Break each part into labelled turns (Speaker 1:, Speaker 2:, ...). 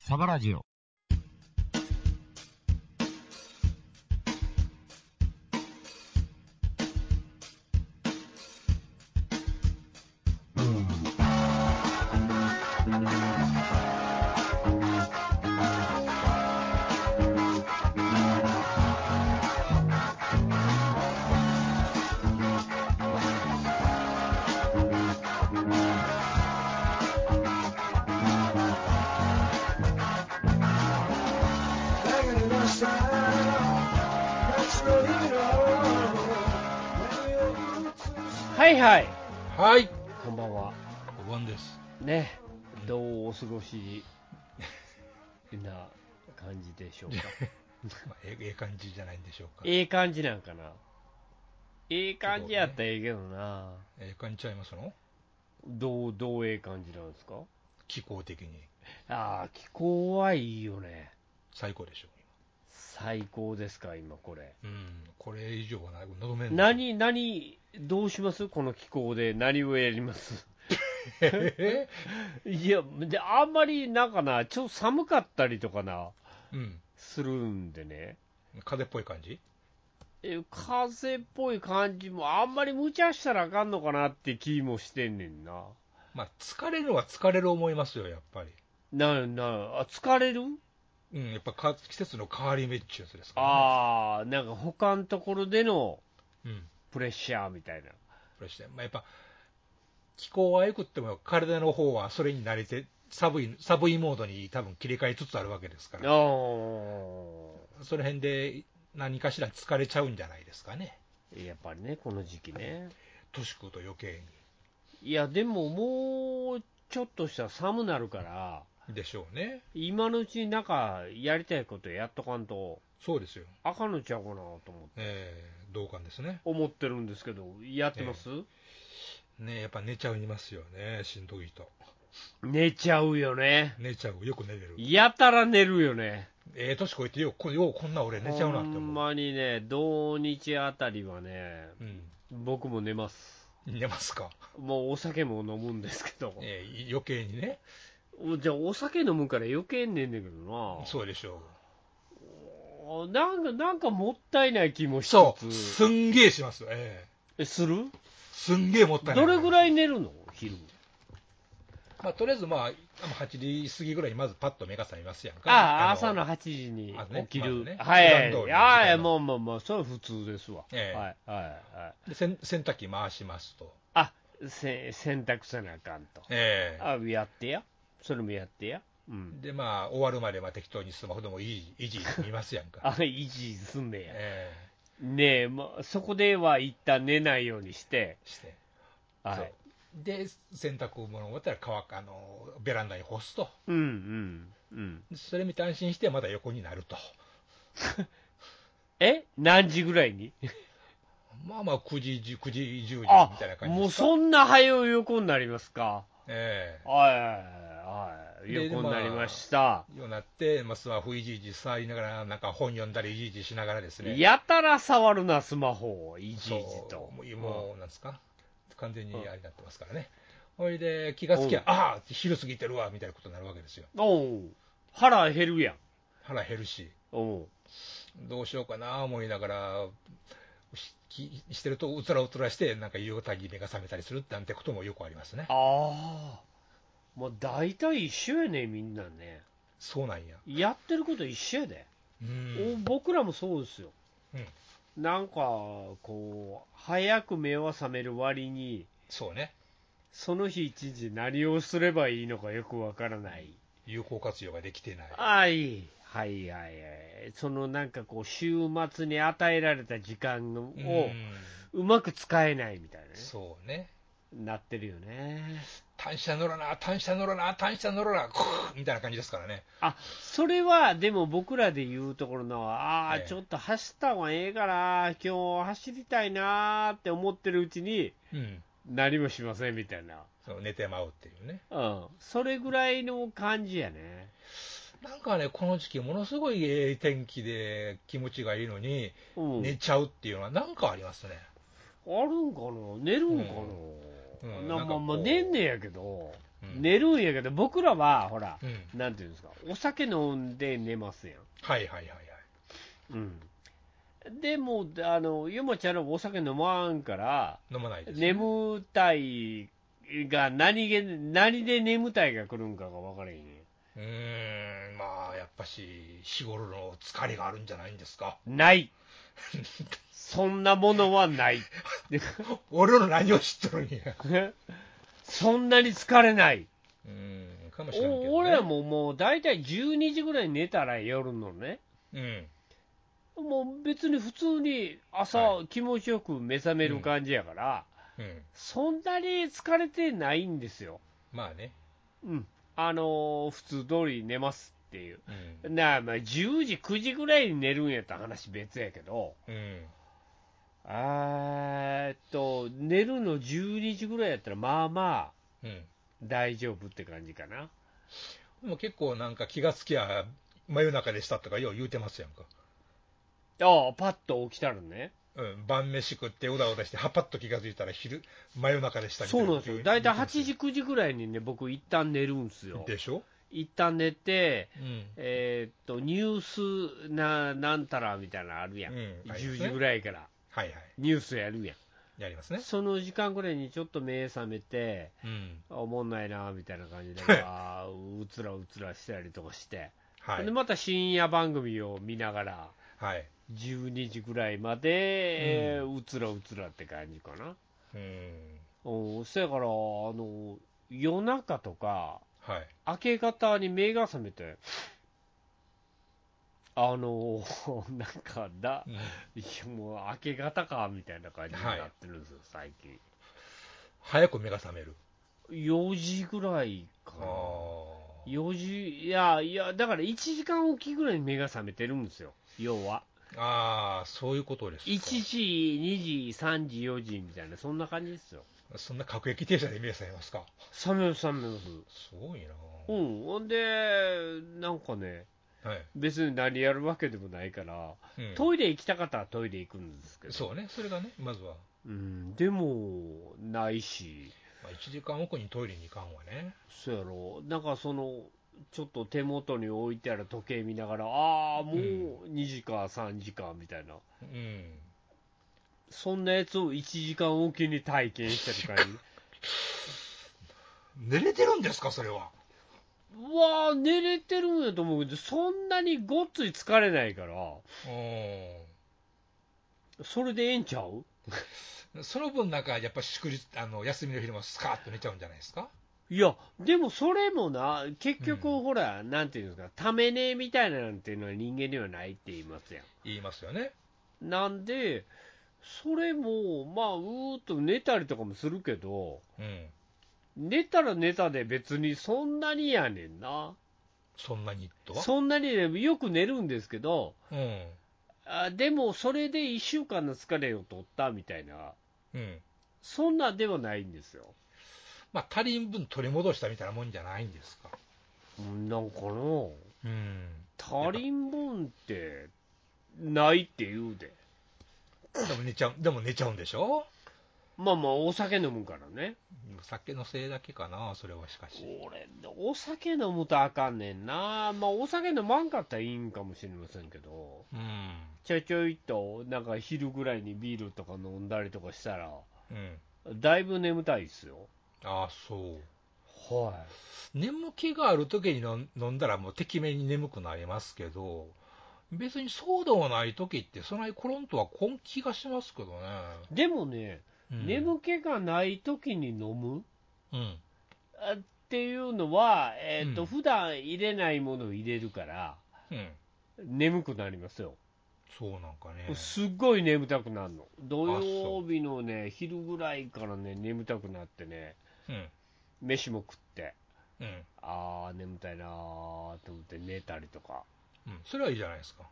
Speaker 1: サバラジオ。
Speaker 2: はいはい、
Speaker 3: はい、
Speaker 2: こんばんは。
Speaker 3: お盆です。
Speaker 2: ね、どうお過ごしな感じでしょうか。
Speaker 3: まあええええ感じじゃないんでしょうか。え
Speaker 2: ええ感じなんかな。ええ感じやったらええけどな。
Speaker 3: え感じちゃいますの
Speaker 2: どう、どうええ感じなんですか
Speaker 3: 気候的に
Speaker 2: ああ、気候はいいよね。
Speaker 3: 最高でしょ
Speaker 2: 最高ですか、今これ。
Speaker 3: う。うん、これ以上はない。のどめんの
Speaker 2: 何、何、どうしますこの気候で何をやります いや、で、あんまりなんかな、ちょっと寒かったりとかな、
Speaker 3: うん、
Speaker 2: するんでね。
Speaker 3: 風邪っぽい感じ
Speaker 2: え風っぽい感じも、あんまり無茶したらあかんのかなって気もしてんねんな。
Speaker 3: まあ、疲れるは疲れる思いますよ、やっぱり。
Speaker 2: ななあ疲れる
Speaker 3: うん、やっぱか季節の変わり目っちゅうやつですから、ね。
Speaker 2: ああ、なんか他のところでの
Speaker 3: うん、
Speaker 2: プレッシャーみたいな。
Speaker 3: これして。まあ、やっぱ、気候は良くっても、体の方はそれに慣れて、寒い、寒いモードに多分切り替えつつあるわけですか
Speaker 2: あ
Speaker 3: ら、
Speaker 2: あ
Speaker 3: その辺で何かしら疲れちゃうんじゃないですかね。
Speaker 2: やっぱりね、この時期ね。
Speaker 3: 年食うと余計
Speaker 2: いや、でももうちょっとしたら寒なるから、
Speaker 3: に。でしょうね。
Speaker 2: 今のうちになんかやりたいことやっとかんと、
Speaker 3: そうですよ、
Speaker 2: あかんのちゃうかなと思って
Speaker 3: えー、同感ですね
Speaker 2: 思ってるんですけど、やってます、
Speaker 3: ね、やっぱ寝ちゃいますよね、しんどいと、
Speaker 2: 寝ちゃうよね。
Speaker 3: 寝ちゃう、よく寝れる、
Speaker 2: やたら寝るよね。
Speaker 3: ええ年こいてようこようこんな俺、寝ちゃうなって
Speaker 2: ほん
Speaker 3: 思う、
Speaker 2: まにね、土日あたりはね、
Speaker 3: うん、
Speaker 2: 僕も寝ます。
Speaker 3: 寝ますか、
Speaker 2: もうお酒も飲むんですけど、
Speaker 3: えー、余計にね、
Speaker 2: じゃあお酒飲むから余計に寝んねんけど
Speaker 3: そうでしょ
Speaker 2: な、なんかなんかもったいない気も
Speaker 3: う、
Speaker 2: し
Speaker 3: そう、
Speaker 2: つ
Speaker 3: すんげえします、え
Speaker 2: えする
Speaker 3: ー、すんげえもったいない、
Speaker 2: どれぐ
Speaker 3: い、
Speaker 2: らい寝るの昼。
Speaker 3: まあ、とりあえず、まあ、8時過ぎぐらいにまずパッと目が覚めますやんか、
Speaker 2: ああ、
Speaker 3: の
Speaker 2: 朝の8時に
Speaker 3: あね
Speaker 2: 起き
Speaker 3: まあ
Speaker 2: る。
Speaker 3: ね
Speaker 2: はい
Speaker 3: 普段通りの時間。の
Speaker 2: はい、もうもうもう、それは普通ですわ。
Speaker 3: ええ
Speaker 2: はいはいはい。
Speaker 3: でせん洗濯機回しますと、
Speaker 2: あせ洗濯せなあかんと。
Speaker 3: えー
Speaker 2: あやってや。それもやってや。うん。
Speaker 3: でまあ、終わるまでまあ適当にスマホでもいい、維持見ますやんか。
Speaker 2: あ、維持すんねや。
Speaker 3: え
Speaker 2: ねえ、まあ、そこでは一旦寝ないようにして、
Speaker 3: ー、して
Speaker 2: は
Speaker 3: そう
Speaker 2: い。
Speaker 3: で、洗濯物を終わったら乾くあのベランダに干すと、
Speaker 2: うんうんうん。
Speaker 3: それ見て安心して、まだ横になると、
Speaker 2: え何時ぐらいに
Speaker 3: まあまあ9時、10 9時、10時み
Speaker 2: あ
Speaker 3: たいな、感じ
Speaker 2: も
Speaker 3: で
Speaker 2: う
Speaker 3: すか、
Speaker 2: そんな早う横になりますか。
Speaker 3: ええ
Speaker 2: はいはいはいはい。
Speaker 3: で
Speaker 2: 横になりました。
Speaker 3: ようになって、まあ、スマホいじいじ触りながら、なんか本読んだり、いじいじしながらですね、
Speaker 2: やたら触るな、スマホを、いちいち
Speaker 3: そ
Speaker 2: と
Speaker 3: う。もう、もうなんですか、完全にあれになってますからね、ほいで、気がつきゃ、ああ、昼過ぎてるわみたいなことになるわけですよ、
Speaker 2: おう腹減るやん。
Speaker 3: 腹減るし、
Speaker 2: おう
Speaker 3: どうしようかな思いながら、ししてると、うつらうつらして、なんか夕方に目が覚めたりするなんてこともよくありますね。
Speaker 2: ああ。もう大体一緒やね、みんなね。
Speaker 3: そうなんや。
Speaker 2: やってること一緒やで。
Speaker 3: う
Speaker 2: お
Speaker 3: ん。
Speaker 2: 僕らもそうですよ、なんかこう、早く目は覚める割に、
Speaker 3: そうね。
Speaker 2: その日一日何をすればいいのかよくわからない、
Speaker 3: 有効活用ができてない。
Speaker 2: はい、はいはいはい、そのなんかこう、週末に与えられた時間を
Speaker 3: うん。
Speaker 2: うまく使えないみたいなね、
Speaker 3: そうね。
Speaker 2: なってるよね。
Speaker 3: 単車乗らな、単車乗らな、単車乗らな、クーみたいな感じですからね。
Speaker 2: あそれはでも僕らで言うところの、ああ、
Speaker 3: ええ
Speaker 2: ちょっと走った方がええかな、今日走りたいなーって思ってるうちに、
Speaker 3: うん。
Speaker 2: 何もしませんみたいな。
Speaker 3: そう寝てまうっていうね。
Speaker 2: うん、それぐらいの感じやね。
Speaker 3: なんかね、この時期、ものすごいええ天気で気持ちがいいのに、
Speaker 2: うん、
Speaker 3: 寝ちゃうっていうのは、なんかありますね。
Speaker 2: あるんかな、寝るんか
Speaker 3: うんう
Speaker 2: な、
Speaker 3: ん
Speaker 2: な
Speaker 3: なんか
Speaker 2: まあ
Speaker 3: こう
Speaker 2: まあ、寝んねやけど、
Speaker 3: うん
Speaker 2: 寝るんやけど、僕らはほら、
Speaker 3: うん
Speaker 2: なんていうんですか、お酒飲んで寝ますや
Speaker 3: はいはいはいはい。
Speaker 2: ん。うん、でもう、あのゆもちゃんはお酒飲まんから、
Speaker 3: 飲まないです。
Speaker 2: 眠たいが何げ、何で眠たいが来るんかが分からへんやん。
Speaker 3: うーん、まあ、やっぱし、日頃の疲れがあるんじゃないんですか。
Speaker 2: ない。そんなものはない。
Speaker 3: 俺の何を知っとるんや。
Speaker 2: そんなに疲れない。
Speaker 3: うーん、かもしれないけど、ね。
Speaker 2: お俺らももう大体12時ぐらいに寝たら夜のね。
Speaker 3: うん。
Speaker 2: もう別に普通に朝
Speaker 3: は
Speaker 2: 気持ちよく目覚める感じやから、
Speaker 3: うん。
Speaker 2: そんなに疲れてないんですよ。
Speaker 3: まあね。
Speaker 2: うん。あのー普通通り寝ますっていう。
Speaker 3: うん。
Speaker 2: なあ、まあ10時、9時ぐらいに寝るんやったら話別やけど、
Speaker 3: うん。
Speaker 2: えーっと、寝るの12時ぐらいやったら、まあまあ
Speaker 3: うん。
Speaker 2: 大丈夫って感じかな。
Speaker 3: でも結構なんか気がつきゃ、真夜中でしたとかよう言うてますやんか。
Speaker 2: ああ、パッと起きたらね。
Speaker 3: うん。晩飯食っておだおだして、はぱっと気がついたら昼、真夜中でしたみたい
Speaker 2: そうなんですよ。大体8
Speaker 3: 時。
Speaker 2: 時、9時ぐらいにね、僕一旦寝るんですよ。
Speaker 3: でしょ
Speaker 2: 一旦寝て、
Speaker 3: うん。
Speaker 2: えーっと、ニュースな、なんたらみたいなのあるやん。
Speaker 3: うんあります
Speaker 2: 10
Speaker 3: ね
Speaker 2: 時ぐらいから
Speaker 3: はいはい。
Speaker 2: ニュースやるや
Speaker 3: やります
Speaker 2: ん。
Speaker 3: ね。
Speaker 2: その時間ぐらいにちょっと目覚めて、
Speaker 3: うん。
Speaker 2: あおもんないなみたいな感じで、 あーうつらうつらしたりとかして、
Speaker 3: はい
Speaker 2: で。また深夜番組を見ながら、
Speaker 3: はい。
Speaker 2: 12時ぐらいまで、えーうつらうつらって感じかな。
Speaker 3: うん。
Speaker 2: うん、そやから、あの、夜中とか、
Speaker 3: はい。
Speaker 2: 明け方に目が覚めて、あの、 なんかだ、
Speaker 3: うん
Speaker 2: いやもう明け方か、みたいな感じになってるんですよ、最近。
Speaker 3: 早く目が覚める。
Speaker 2: 4時ぐらいか
Speaker 3: あ
Speaker 2: な。4時、いや、いや、だから1時間おきぐらいに目が覚めてるんですよ、要は。
Speaker 3: ーあー、そういうことですか。
Speaker 2: 1時、2時、3時、4時みたいな、そんな感じですよ。
Speaker 3: そんな各駅停車で目覚めますか。
Speaker 2: 覚めます、覚めます。
Speaker 3: すごいな、
Speaker 2: うん、ほんで、なんかね、
Speaker 3: はい
Speaker 2: 別に何やるわけでもないから、
Speaker 3: うん
Speaker 2: トイレ行きたかったらトイレ行くんですけど、
Speaker 3: そうね、それがね、まずは。
Speaker 2: うん、でも、ないし、
Speaker 3: まあ、1時間おきにトイレに行かんわね。
Speaker 2: そうやろ、なんかその、ちょっと手元に置いてある時計見ながら、ああ、もう2時か3時かみたいな、
Speaker 3: うん。
Speaker 2: そんなやつを1時間おきに体験してる感 じ。
Speaker 3: 寝れてるんですか、それは。
Speaker 2: うわー、寝れてるんやと思うけど、そんなにごっつい疲れないから、
Speaker 3: う。
Speaker 2: それでええんちゃうん
Speaker 3: その分、なんか、やっぱ祝日、あの、休みの昼もスカーッと寝ちゃうんじゃないですか。
Speaker 2: いや、でもそれもな、結局、
Speaker 3: う
Speaker 2: ほら、なんていうんですか、ためねえみたいななんていうのは人間ではないって言いますや
Speaker 3: 言いますよね。
Speaker 2: ん。なんで、それも、まあ、うーっと寝たりとかもするけど、
Speaker 3: うん。
Speaker 2: 寝たら寝たで別にそんなにやねんな。
Speaker 3: そんなにとは。
Speaker 2: そんなにね、よく寝るんですけど、
Speaker 3: うん。
Speaker 2: あでもそれで1週間の疲れを取ったみたいな、
Speaker 3: うん。
Speaker 2: そんなんではないんですよ。
Speaker 3: まあ、足りん分取り戻したみたいなもんじゃないんですか。
Speaker 2: うんなんかな、
Speaker 3: うん。
Speaker 2: 足りん分って、ないって言うで。
Speaker 3: でも寝ちゃう、でも寝ちゃうんでしょ
Speaker 2: まあまあ、お酒飲むからね。
Speaker 3: 酒のせいだけかな、それはしかし。
Speaker 2: 俺、お酒飲むとあかんねんな。まあ、お酒飲まんかったらいいんかもしれませんけど、
Speaker 3: うん。
Speaker 2: ちょいちょいと、なんか昼ぐらいにビールとか飲んだりとかしたら、
Speaker 3: うん。
Speaker 2: だいぶ眠たいっすよ。
Speaker 3: ああ、そう。
Speaker 2: は
Speaker 3: 眠気がある時に飲ん飲んだら、もうてきめんに眠くなりますけど、別にそうでもない時って、そんなにコロンとはこん気がしますけどね。
Speaker 2: い。でもね、
Speaker 3: うん、
Speaker 2: 眠気がない時に飲む
Speaker 3: うん。
Speaker 2: あっていうのは、えっ、と、
Speaker 3: うん
Speaker 2: 普段入れないものを入れるから、
Speaker 3: うん。
Speaker 2: 眠くなりますよ。
Speaker 3: そうなんかね。
Speaker 2: すっごい眠たくなるの。土
Speaker 3: あ
Speaker 2: 曜
Speaker 3: そ
Speaker 2: 日のね、昼ぐらいからね、眠たくなってね、
Speaker 3: うん。
Speaker 2: 飯も食って、
Speaker 3: うん。
Speaker 2: あー、眠たいなーと思って寝たりとか、
Speaker 3: うん。それはいいじゃないですか。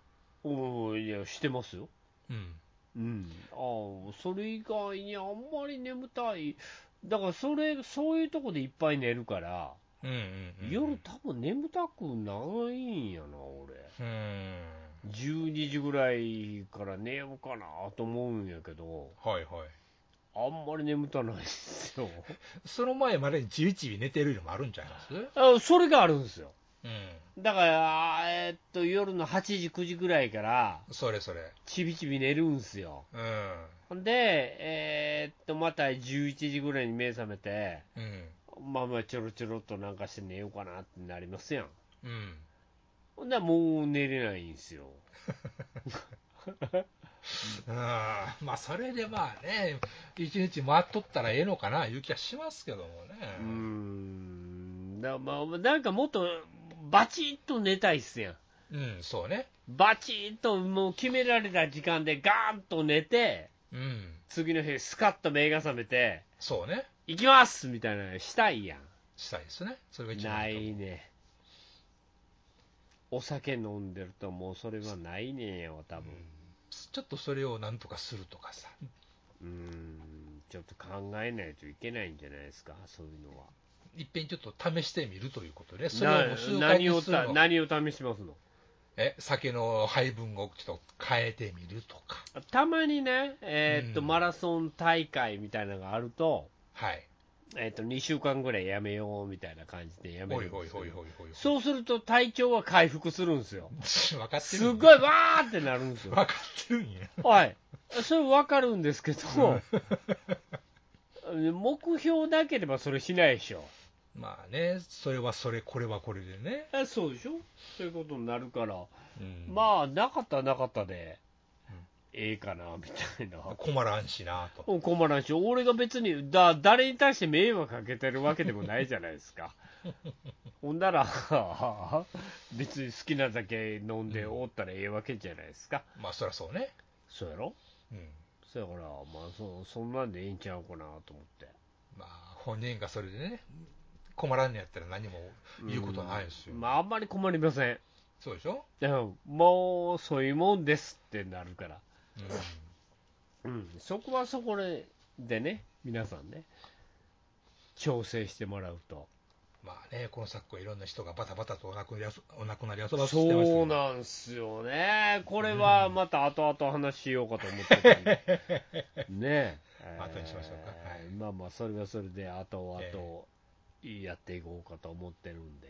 Speaker 2: おーいや、してますよ。
Speaker 3: うん。
Speaker 2: うん。あー、それ以外にあんまり眠たい。だから、それ、そういうとこでいっぱい寝るから、
Speaker 3: うんうん、うん。
Speaker 2: 夜多分眠たくないんやな、俺。
Speaker 3: うん。
Speaker 2: 12時ぐらいから寝ようかなと思うんやけど、
Speaker 3: はいはい。
Speaker 2: あんまり眠たないですよ。
Speaker 3: その前までにちびちび寝てるのもあるんちゃいますう
Speaker 2: あそれがあるんですよ。
Speaker 3: ん。
Speaker 2: だから、あーえーっと、夜の8時、9時ぐらいから、
Speaker 3: それそれ。
Speaker 2: ちびちび寝るんすよ。
Speaker 3: うん。
Speaker 2: で、えーっと、また11時ぐらいに目覚めて、
Speaker 3: うん。
Speaker 2: まあまあちょろちょろっとなんかして寝ようかなってなりますやん。
Speaker 3: うん。
Speaker 2: ほんならもう寝れないんですよ。
Speaker 3: あーまあ、それでまあね、一日回っとったらええのかな、いう気はしますけどもね。
Speaker 2: うーん。だまあ、なんかもっと、バチッと寝たいっすやん。
Speaker 3: うん、そうね。
Speaker 2: バチッともう決められた時間でガーンと寝て、
Speaker 3: うん。
Speaker 2: 次の日スカッと目が覚めて、
Speaker 3: そうね。
Speaker 2: 行きますみたいなのしたいやん。
Speaker 3: したいですね。それが一番
Speaker 2: ない
Speaker 3: いと思
Speaker 2: いね。お酒飲んでるともうそれはないねんよ、多
Speaker 3: う。
Speaker 2: 分
Speaker 3: うん。ちょっとそれをなんとかするとかさ。
Speaker 2: うーん、ちょっと考えないといけないんじゃないですか、そういうのは。
Speaker 3: いっぺんちょっと試してみるということで、それをもう習
Speaker 2: な
Speaker 3: 慣
Speaker 2: 何を
Speaker 3: にする
Speaker 2: た
Speaker 3: の
Speaker 2: 何を試しますの
Speaker 3: え酒の配分をちょっと変えてみるとか。
Speaker 2: たまにね、えーっと、
Speaker 3: うん
Speaker 2: マラソン大会みたいなのがあると、
Speaker 3: はい。
Speaker 2: えーっと、2週間ぐらいやめようみたいな感じでやめ
Speaker 3: ほ
Speaker 2: る
Speaker 3: い
Speaker 2: ん
Speaker 3: ほ
Speaker 2: で
Speaker 3: い
Speaker 2: すよ
Speaker 3: ほいほいほいほい。
Speaker 2: そうすると体調は回復するんですよ。
Speaker 3: 分かって
Speaker 2: す
Speaker 3: る
Speaker 2: っ
Speaker 3: んや。
Speaker 2: ごいわーってなるんですよ
Speaker 3: 分。かってるんや。
Speaker 2: はい、それ分かるんですけど、 目標なければそれしないでしょ。
Speaker 3: まあね、それはそれ、これはこれでね。
Speaker 2: えそうでしょそういうことになるから、
Speaker 3: うん
Speaker 2: まあ、なかったらなかったで
Speaker 3: うん、
Speaker 2: ええかな、みたいな。
Speaker 3: 困らんしなと。
Speaker 2: 困らんし、俺が別に、だ、誰に対して迷惑かけてるわけでもないじゃないです か。ほんなら、 別に好きなだけ飲んでおったらええわけじゃないですか。
Speaker 3: まあそりゃそうね。
Speaker 2: そうやろ
Speaker 3: うん。
Speaker 2: そうやから、まあそ、そんなんでええんちゃうかなと思って。
Speaker 3: まあ本人がそれでね、困らんのやったら何も言うことはないですよ。
Speaker 2: まあ、あんまり困りません。
Speaker 3: そうでしょ
Speaker 2: うんもう、そういうもんですってなるから。
Speaker 3: うん。
Speaker 2: うん、そこはそこでね、皆さんね、調整してもらうと。
Speaker 3: まあね、この昨今いろんな人がバタバタとお亡くなりあそお亡くなり遊ばせてました
Speaker 2: そ
Speaker 3: け
Speaker 2: う
Speaker 3: ど、
Speaker 2: なんすよね、これはまた後々話しようかと思ってたんで、 ねえ、
Speaker 3: 後にしましょうかはい
Speaker 2: えーまあまあ、それはそれで、後
Speaker 3: え
Speaker 2: 々やっていこうかと思ってるんで、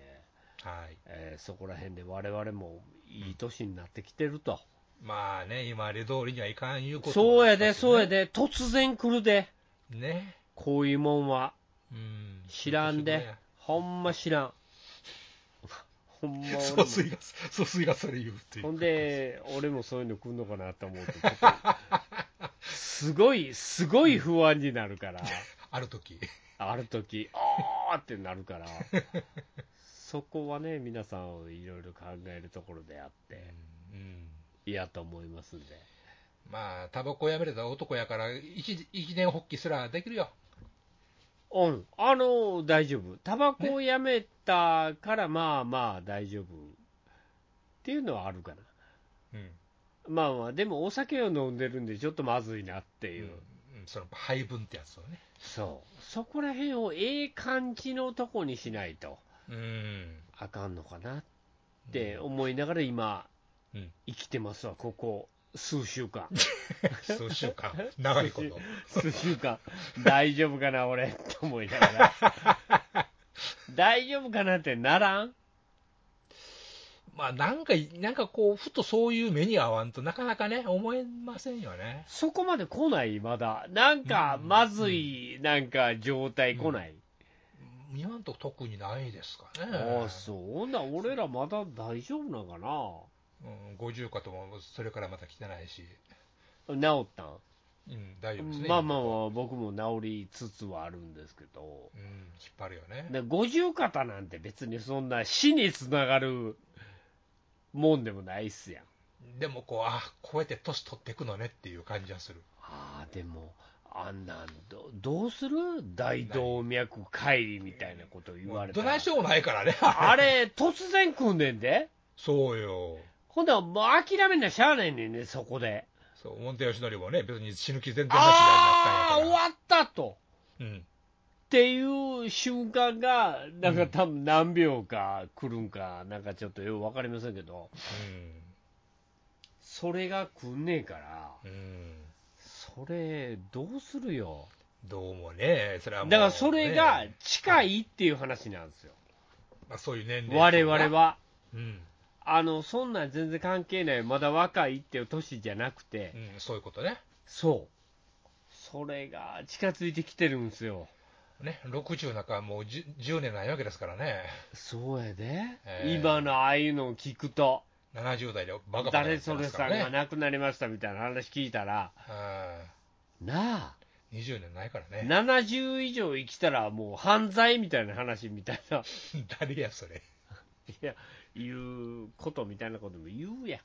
Speaker 3: はい。
Speaker 2: えーそこら辺で我々もいい年になってきてると、
Speaker 3: まあね、今まで通りにはいかんいうこと
Speaker 2: そうやで、
Speaker 3: です
Speaker 2: そ
Speaker 3: よ
Speaker 2: う
Speaker 3: ね
Speaker 2: や。で、突然来るで、
Speaker 3: ね。
Speaker 2: こういうもんは。
Speaker 3: うん。
Speaker 2: 知らんで、ほんま知ら ん。ほんま俺も
Speaker 3: そうすいが、そうすいがそれ言うっていう。
Speaker 2: ほんで、俺もそういうの来んのかなと思うと、ちょっとすごい、すごい不安になるから、
Speaker 3: ある時。
Speaker 2: ある時あーってなるから、そこはね、皆さんいろいろ考えるところであって、
Speaker 3: うん。
Speaker 2: いやと思いますんで、
Speaker 3: まあ、タバコやめれた男やから、一時一年発起すらできるよ。
Speaker 2: うん、あの、大丈夫、タバコをやめたから、まあまあ大丈夫っていうのはあるかな。
Speaker 3: うん。
Speaker 2: まあまあ、でもお酒を飲んでるんで、ちょっとまずいなって
Speaker 3: う
Speaker 2: い
Speaker 3: ん
Speaker 2: う、
Speaker 3: その配分ってやつをね。
Speaker 2: そう、そこら辺をええ感じのとこにしないと
Speaker 3: うん。
Speaker 2: あかんのかなって思いながら、今、
Speaker 3: うん
Speaker 2: 生きてますわ、ここ数週 間、
Speaker 3: 数週間、長いこと。
Speaker 2: 数週間、大丈夫かな、俺って思いながら、 大丈夫かなってならん、
Speaker 3: まあ、なんか、なんかこう、ふとそういう目に合わんとなかなかね、思えませんよね。
Speaker 2: そこまで来ない、まだ、なんか
Speaker 3: うん
Speaker 2: まずい、なんか状態来ない。
Speaker 3: 今んとこ特にないですかね。
Speaker 2: ああそうほんなら俺らまだ大丈夫なんかな
Speaker 3: うん、50かとも、それからまた来てないし。
Speaker 2: 治ったん
Speaker 3: うん、大丈夫ですね。
Speaker 2: まあまあまあ、僕も治りつつはあるんですけど、
Speaker 3: うん、引っ張るよね。
Speaker 2: で五十肩なんて別にそんな死につながるもんでもないっすやん。
Speaker 3: でもこう、あこうやって年取っていくのねっていう感じはする。
Speaker 2: ああ、でも、あんなんど、どうする大動脈解離みたいなこと言われた
Speaker 3: ど
Speaker 2: ら
Speaker 3: ないし。ようもないからね。
Speaker 2: あれ、突然来んねんで。
Speaker 3: そうよ。
Speaker 2: ほんならもう諦めなしゃあないねんね、そこで。
Speaker 3: そう、モンテヨシノリもね、別に死ぬ気全然なしで
Speaker 2: ああ、
Speaker 3: や
Speaker 2: 終
Speaker 3: りなっ
Speaker 2: わったと。
Speaker 3: たんやから。
Speaker 2: っていう瞬間が、なんか多分何秒か来るんか、なんかちょっとよく分かりませんけど、それが来んねえから、
Speaker 3: うん。うん。
Speaker 2: そそれ、どうするよ。
Speaker 3: どうもね、それはもう、
Speaker 2: だからそれが
Speaker 3: ね
Speaker 2: 近いっていう話なんですよ。
Speaker 3: まあ、そういう年齢
Speaker 2: 我々
Speaker 3: 層が、
Speaker 2: は。
Speaker 3: うん
Speaker 2: あの、そんなん全然関係ない。まだ若いっていう年じゃなくて
Speaker 3: う。ん、そういうことね
Speaker 2: そう。それが近づいてきてるんですよ。
Speaker 3: ね、60なんかもう 10, 10年ないわけですからね、
Speaker 2: そうやで。
Speaker 3: えー
Speaker 2: 今のああいうのを聞くと、
Speaker 3: 70代でバカバカや
Speaker 2: 誰
Speaker 3: って
Speaker 2: そ
Speaker 3: ま
Speaker 2: れ
Speaker 3: す
Speaker 2: さ
Speaker 3: か
Speaker 2: ん
Speaker 3: らね、
Speaker 2: が亡くなりましたみたいな話聞いたら、なあ、
Speaker 3: うん20年ないからね、
Speaker 2: 70以上生きたらもう犯罪みたいな話みたいな、
Speaker 3: 誰やそれ、
Speaker 2: いや、いうことみたいなことも言うや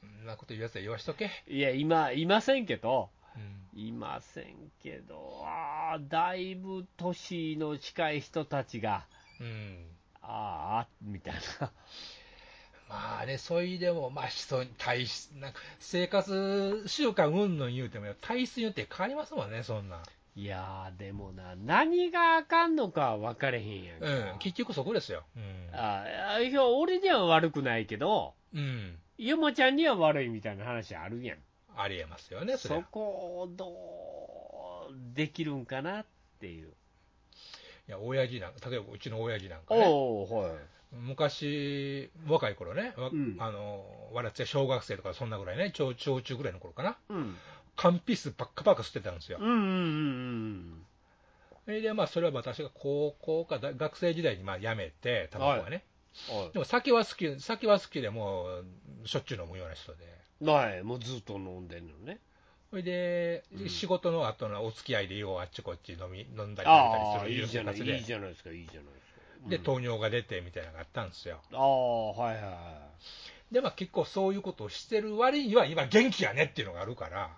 Speaker 3: そんなこと言うやつは言わしとけ、
Speaker 2: ん。いや、今、いませんけど、
Speaker 3: うん
Speaker 2: いませんけど、ああ、だいぶ年の近い人たちが、
Speaker 3: うん、
Speaker 2: ああ、みたいな。
Speaker 3: まあね、そういうでも、まあ、人に対し、なんか生活習慣うんぬん言うても、体質によって変わりますもんね、そんなん、
Speaker 2: いやー、でもな、何があかんのかは分かれへんやんか。
Speaker 3: うん、結局そこですよ、うん、
Speaker 2: あーいや俺には悪くないけど、
Speaker 3: うん、
Speaker 2: ゆもちゃんには悪いみたいな話あるやん。
Speaker 3: ありえますよね、それ
Speaker 2: そ
Speaker 3: は
Speaker 2: こをどうできるんかなっていう。
Speaker 3: いや、親父なんか、例えばうちの親父なんかね、
Speaker 2: おおはい。
Speaker 3: 昔、若い頃ね、わ
Speaker 2: うん
Speaker 3: あの、わらつや小学生とか、そんなぐらいね、小小中ぐらいの頃かな、
Speaker 2: うん。
Speaker 3: 缶ピースばっかばっか吸ってたんですよ
Speaker 2: う。んうんうん
Speaker 3: それで、まあ、それは私が高校か大学生時代にまあやめて、タバコはね、
Speaker 2: うん。は
Speaker 3: でも酒は好き、酒は好きでもう、しょっちゅう飲むような人で、
Speaker 2: い。ない、もうずっと飲んでんのね。
Speaker 3: それで、
Speaker 2: うん
Speaker 3: 仕事の後のお付き合いで、ようあっちこっち飲み飲んだり食べ
Speaker 2: あ
Speaker 3: た
Speaker 2: あ、
Speaker 3: り
Speaker 2: いい
Speaker 3: す
Speaker 2: じ
Speaker 3: る
Speaker 2: ゃない、
Speaker 3: 生活
Speaker 2: いい
Speaker 3: で、
Speaker 2: じゃないですか、いいじゃないですか。うん
Speaker 3: で、糖尿が出てみたいなのがあったんですよ。
Speaker 2: ああ、はいはいは
Speaker 3: で、まあ、結構そういうことをしてる割には、今、元気やねっていうのがあるから。
Speaker 2: い。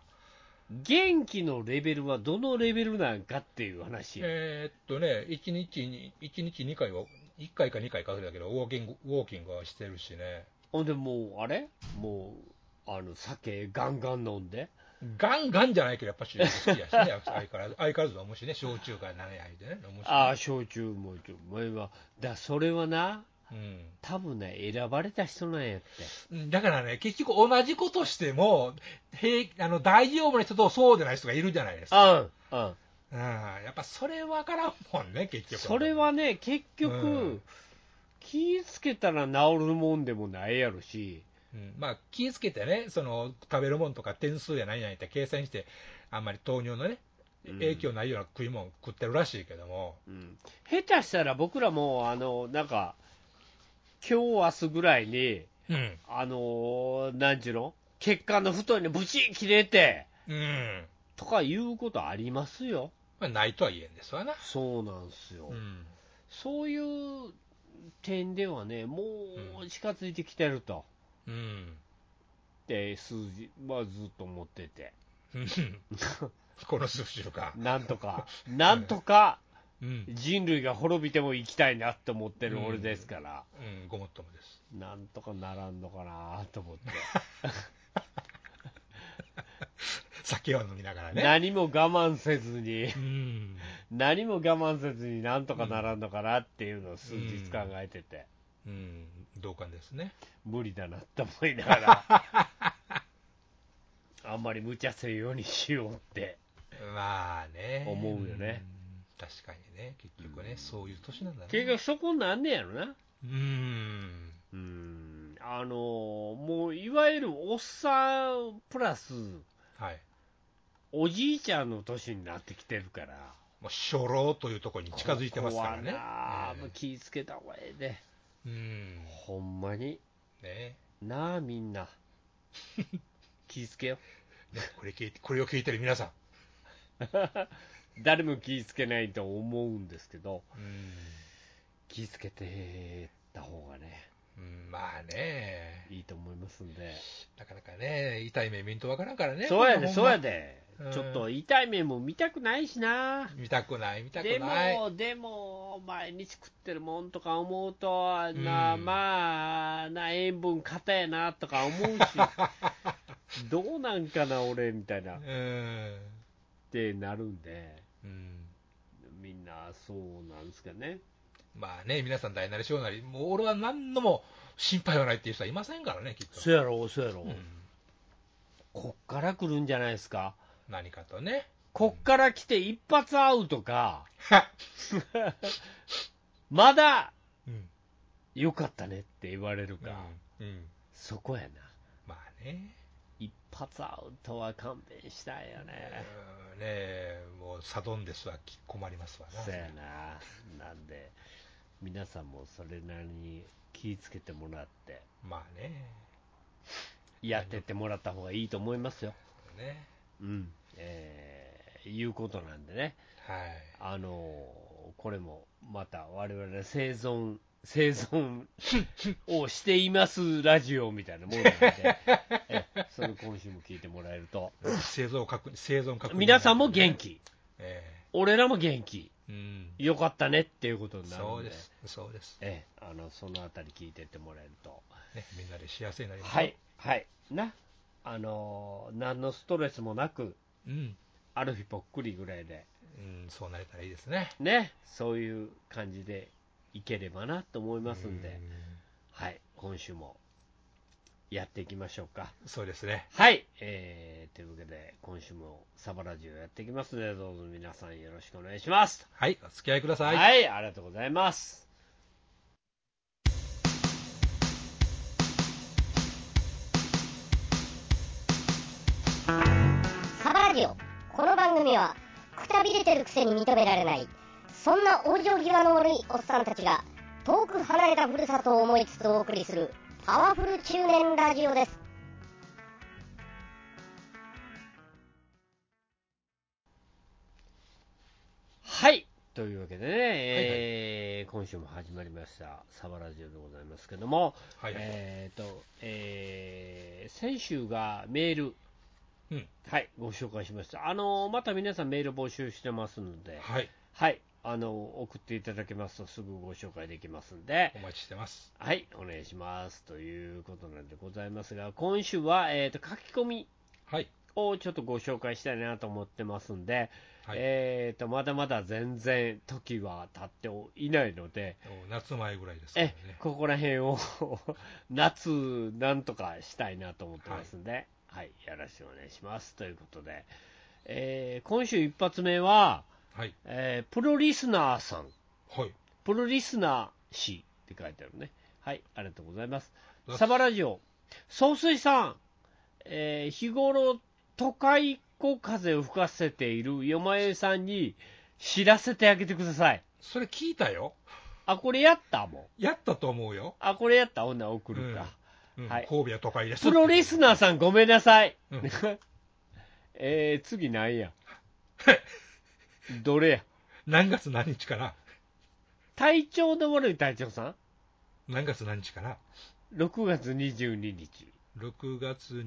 Speaker 2: 元気のレベルはどのレベルなんかっていう話や。
Speaker 3: えーっとね、1日に、1日2回は、1回か2回か忘れたけど、ウォーキング、ウォーキングはしてるしね。
Speaker 2: ほんでもう、あれもう、あの、酒ガンガン飲んで。
Speaker 3: ガンガンじゃないけど、やっぱし好きや しね、相変わらず、相変わらず飲むしね、焼酎から何やでね、飲むし、ね。
Speaker 2: ああ、焼酎もちょ、もう今、だ、それはな、
Speaker 3: う
Speaker 2: 多分ね、選ばれた人なんやって。
Speaker 3: ん。だからね、結局同じことしても、平あの、大丈夫な人とそうでない人がいるじゃないですか。
Speaker 2: うん、うん。
Speaker 3: うん。やっぱそれ分からんもんね、結局。
Speaker 2: それ。はね、結局、
Speaker 3: うん
Speaker 2: 気ぃつけたら治るもんでもないやろし、
Speaker 3: うん、まあ、気ぃつけてね、その、食べるもんとか点数や何々って計算して、あんまり糖尿のね、
Speaker 2: うん
Speaker 3: 影響ないような食い物食ってるらしいけども、
Speaker 2: うん、下手したら僕らも、あの、なんか、今日明日ぐらいに、
Speaker 3: うん。
Speaker 2: あのー、なんちゅうの、血管の太いのブチッ切れて、
Speaker 3: うん。
Speaker 2: とかいうことありますよ。
Speaker 3: まあ、ないとは言えんですわな。
Speaker 2: そうなんですよ。
Speaker 3: うん。
Speaker 2: そういう点ではね、もう近づいてきてると。
Speaker 3: うん。
Speaker 2: で数字はずっと持ってて、
Speaker 3: うんこの数週間。
Speaker 2: なんと か、なんとか
Speaker 3: うん。
Speaker 2: 人類が滅びても生きたいなって思ってる俺ですから、
Speaker 3: うん、ごもっともです。
Speaker 2: なんとかならんのかなと思って、
Speaker 3: 酒を飲みながらね。
Speaker 2: 何も我慢せずに、
Speaker 3: うん。
Speaker 2: 何も我慢せずになんとかならんのかなっていうのを数日考えてて、
Speaker 3: うん、同感ですね。
Speaker 2: 無理だなって思いながら、 あんまり無茶せんようにしようって、
Speaker 3: まあね。
Speaker 2: 思うよね
Speaker 3: うん。確かにね、結局ね、そういう年なんだね。
Speaker 2: 結局そこになんねやろな。
Speaker 3: うん。
Speaker 2: うーんあのもういわゆるおっさんプラス
Speaker 3: はい。
Speaker 2: おじいちゃんの年になってきてるから
Speaker 3: もう初老というところに近づいてますからね。
Speaker 2: ここはな
Speaker 3: ええ
Speaker 2: もう気ぃつけた方がええで
Speaker 3: うん。
Speaker 2: ほんまに
Speaker 3: ね。
Speaker 2: なあみん な気ぃつけよ
Speaker 3: ねこれ聞いて、これを聞いてる皆さ
Speaker 2: 誰も気ぃつけないと思うんですけど
Speaker 3: ん。うん。
Speaker 2: 気ぃつけてた方がね
Speaker 3: うんまあね、
Speaker 2: いいと思いますんで
Speaker 3: なかなかね、痛い目見んとわからんからね。
Speaker 2: そうや
Speaker 3: こん
Speaker 2: で
Speaker 3: なもん
Speaker 2: そうや。で
Speaker 3: うん
Speaker 2: ちょっと痛い目も見たくないしな
Speaker 3: 見たくない、見たく
Speaker 2: で
Speaker 3: ない。
Speaker 2: も、でも、毎日食ってるもんとか思うと、
Speaker 3: ん
Speaker 2: なまあ、な塩分硬やなとか思うし、 どうなんかな、俺みたいなっ
Speaker 3: うん。
Speaker 2: てなるんで、
Speaker 3: うん。
Speaker 2: みんなそうなんですかね。
Speaker 3: まあね、皆さん大なり小なり、もう俺は何のも心配はないっていう人はいませんからね、きっと。
Speaker 2: そやろ、そやろ、
Speaker 3: うん
Speaker 2: こっから来るんじゃないですか、
Speaker 3: 何かとね。
Speaker 2: こっから来て一発アウトか、
Speaker 3: は
Speaker 2: まだ
Speaker 3: うん。
Speaker 2: 良かったねって言われるか、
Speaker 3: うん。うん。
Speaker 2: そこやな。
Speaker 3: まあね。
Speaker 2: 一発アウトは勘弁したいよね。
Speaker 3: うんねえ、もうサドンデスはき困りますわな。
Speaker 2: そやな。なんで、皆さんもそれなりに気ぃつけてもらって、
Speaker 3: まあね。
Speaker 2: やってってもらった方がいいと思いますよ。
Speaker 3: ね。
Speaker 2: うん。えーいうことなんでね。
Speaker 3: はい。
Speaker 2: あのーこれもまた我々生存、生 存をしていますラジオみたいなものなんで、えそれ今週も聞いてもらえると、
Speaker 3: 生存確認、生存確認。
Speaker 2: 皆さんも元。気、
Speaker 3: え
Speaker 2: 俺らも元気、
Speaker 3: えうん。
Speaker 2: よかったねっていうことになる
Speaker 3: そ
Speaker 2: ん
Speaker 3: う
Speaker 2: で
Speaker 3: で、す。そうです。
Speaker 2: ええあのそのあたり聞いてってもらえると、
Speaker 3: ね、みんなで幸せになります。
Speaker 2: はい、。はい、な、あのー何のストレスもなく、
Speaker 3: うん。
Speaker 2: ある日ぽっくりぐらいで、
Speaker 3: うん、そうなれたらいいですね。
Speaker 2: ね、そういう感じでいければなと思いますんで。はい、今週もやっていきましょうか。
Speaker 3: うんそうですね。
Speaker 2: はい、えー、というわけで、今週もサバラジオやっていきますので、どうぞ皆さんよろしくお願いします。
Speaker 3: はい、お付き合いくださ。
Speaker 2: はいい、ありがとうございます。
Speaker 1: サバラジオこの番組はくたびれてるくせに認められないそんな往生際の悪いおっさんたちが遠く離れたふるさとを思いつつお送りするパワフル中年ラジオです
Speaker 2: はい、というわけでね、えー今週も始まりました、サバラジオでございますけども、
Speaker 3: はい。
Speaker 2: えーと、えー先週がメール、
Speaker 3: うん
Speaker 2: はい、ご紹介しました。あの、また皆さんメール募集してますので、
Speaker 3: はい。
Speaker 2: はい、あの送っていただけますとすぐご紹介できますんで
Speaker 3: お、待ちしてます。
Speaker 2: はい、お願いしますということなんでございますが、今週は、えー、と書き込み
Speaker 3: はい。
Speaker 2: をちょっとご紹介したいなと思ってますんで、
Speaker 3: はい。
Speaker 2: えー、とまだまだ全然時は経っていないので、
Speaker 3: お夏前ぐらいですから
Speaker 2: え
Speaker 3: ね。
Speaker 2: ここら辺を 夏、なんとかしたいなと思ってますんで、はい、よろしくお願いしますということで、えー今週一発目は、
Speaker 3: はい。
Speaker 2: えープロリスナーさん。
Speaker 3: はい。
Speaker 2: プロリスナー氏って書いてあるね。はい、ありがとうございます
Speaker 3: う。わ
Speaker 2: サバラジオ、総水さん、えー日頃、都会っ子風を吹かせているよまえさんに知らせてあげてください。
Speaker 3: それ聞いたよ。
Speaker 2: あ、これやったもん。
Speaker 3: やったと思うよ。
Speaker 2: あ、これやった女送るか。
Speaker 3: うん
Speaker 2: はい
Speaker 3: 神戸は都会です。
Speaker 2: プロリスナーさん、ごめんなさい。
Speaker 3: うん
Speaker 2: えー、次なん や。どれや。
Speaker 3: 何月何日かな
Speaker 2: 体調の悪い隊長さ、
Speaker 3: 何月何日かなん
Speaker 2: 6月22日。
Speaker 3: ?6 月22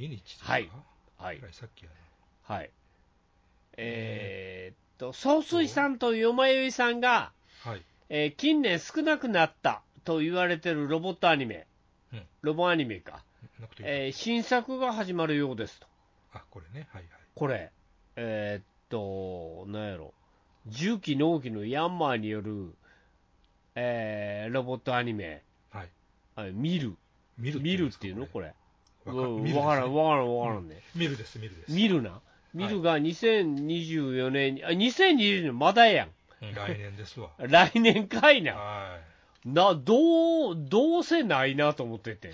Speaker 3: 日ですか
Speaker 2: はい。は
Speaker 3: ぐ
Speaker 2: い
Speaker 3: ら。いさっきやな
Speaker 2: はい。えーっと、総帥さんとよまゆいさんが、
Speaker 3: はい。
Speaker 2: えー近年少なくなったと言われてるロボットアニメ、
Speaker 3: うん
Speaker 2: ロボアニメか、
Speaker 3: なこと言う
Speaker 2: えー新作が始まるようですと。
Speaker 3: あ、これね。はいはい。
Speaker 2: これ、えーっと、なんやろ、重機農機のヤンマーによる、えーロボットアニメ、
Speaker 3: はい。
Speaker 2: あ見る、
Speaker 3: 見る
Speaker 2: 見るっていうの
Speaker 3: こ
Speaker 2: こ
Speaker 3: れ。
Speaker 2: れ。
Speaker 3: わ
Speaker 2: う
Speaker 3: か
Speaker 2: ん
Speaker 3: 見る
Speaker 2: わからん、
Speaker 3: です
Speaker 2: わからん、わからんね。
Speaker 3: 見るです、見るです。
Speaker 2: 見るな。見るが2024年に、あ、2024年まだやん。。
Speaker 3: うん来年ですわ
Speaker 2: 来年かいな。
Speaker 3: は
Speaker 2: な、どう、どうせないなと思って て。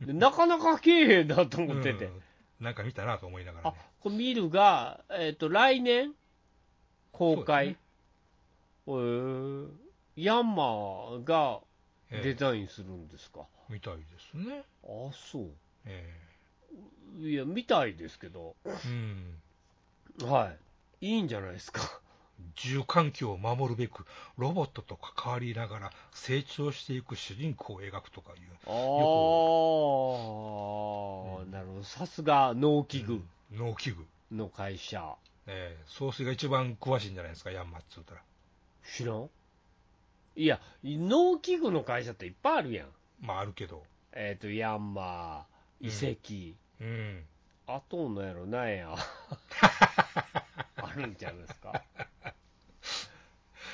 Speaker 2: でなかなかけえへんなと
Speaker 3: い。
Speaker 2: 思ってて。
Speaker 3: うんなんか見たなと思いながら
Speaker 2: あ
Speaker 3: ね。、
Speaker 2: これ見るが、えっ、と、来年公開。えーヤンマーが
Speaker 3: ええ
Speaker 2: デザインするんですか。
Speaker 3: みたいですね。
Speaker 2: あ、そ
Speaker 3: え
Speaker 2: う。いや、見たいですけど、
Speaker 3: えうん。
Speaker 2: はい。いいんじゃないですか。
Speaker 3: 住環境を守るべく、ロボットと関わりながら成長していく主人公を描くとかいう。
Speaker 2: ああ、なるほど。さすが農機具
Speaker 3: 農機具。
Speaker 2: の会社。
Speaker 3: ええ総帥が一番詳しいんじゃないですか、ヤンマっつうたら。
Speaker 2: 知らんいや、農機具の会社っていっぱいあるやん。
Speaker 3: まあ、あるけど。
Speaker 2: えっ、と、ヤンマー、遺跡、
Speaker 3: うん。
Speaker 2: あとのやろ、なんや。あるんちゃうんですか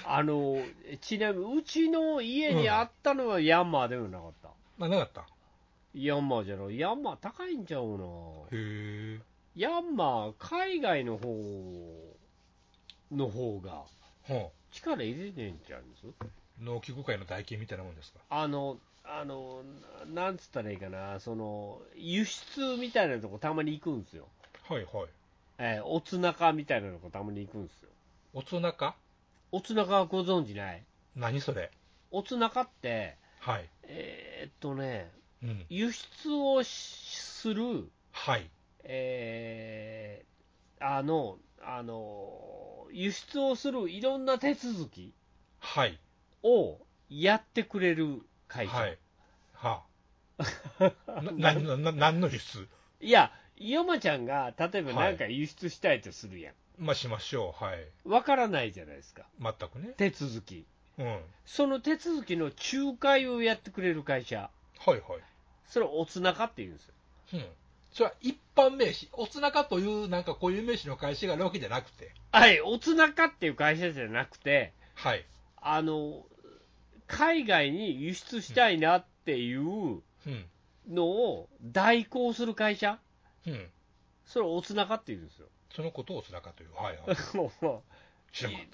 Speaker 2: あの、ちなみに、うちの家にあったのはヤンマーではなかった。
Speaker 3: まあ、なかった。
Speaker 2: ヤンマーじゃない。ヤンマー高いんちゃうな。
Speaker 3: へえ。
Speaker 2: ヤンマー、海外の方の方が
Speaker 3: ほ
Speaker 2: 力入れてんちゃうんです
Speaker 3: う農機具会の代金みたいなもんですか。
Speaker 2: あの、あの、ななんつったらいいかな、その、輸出みたいなとこたまに行くんですよ。
Speaker 3: はいはい。
Speaker 2: えーおつなかみたいなとこたまに行くんですよ。
Speaker 3: おつなか
Speaker 2: おつなかはご存じない
Speaker 3: 何それ
Speaker 2: おつなかって、
Speaker 3: はい。
Speaker 2: えーっとね、
Speaker 3: うん。
Speaker 2: 輸出をしする、
Speaker 3: はい。
Speaker 2: えーあの、あの、輸出をするいろんな手続き
Speaker 3: はい。
Speaker 2: をやってくれる会社。
Speaker 3: はい。はあ。な、な、な、何の輸出
Speaker 2: いや、山ちゃんが例えば
Speaker 3: はい
Speaker 2: なんか輸出したいとするやん。
Speaker 3: まあ、しましょう。はい。
Speaker 2: わからないじゃないですか、
Speaker 3: 全くね。
Speaker 2: 手続き。
Speaker 3: うん。はい
Speaker 2: その手続きの仲介をやってくれる会社、
Speaker 3: はい。
Speaker 2: それをおつなかって言うんですよ。
Speaker 3: うん。それは一般名詞。おつなかという、なんか固有名詞の会社があるわけじゃなくて。
Speaker 2: はい、おつなかっていう会社じゃなくて、
Speaker 3: はい。
Speaker 2: あの海外に輸出したいなっていう
Speaker 3: うん。
Speaker 2: のを代行する会社、
Speaker 3: うん。
Speaker 2: それをおつなかって言うんですよ。
Speaker 3: そのことをおつなかという。はいはい。 知らなかっ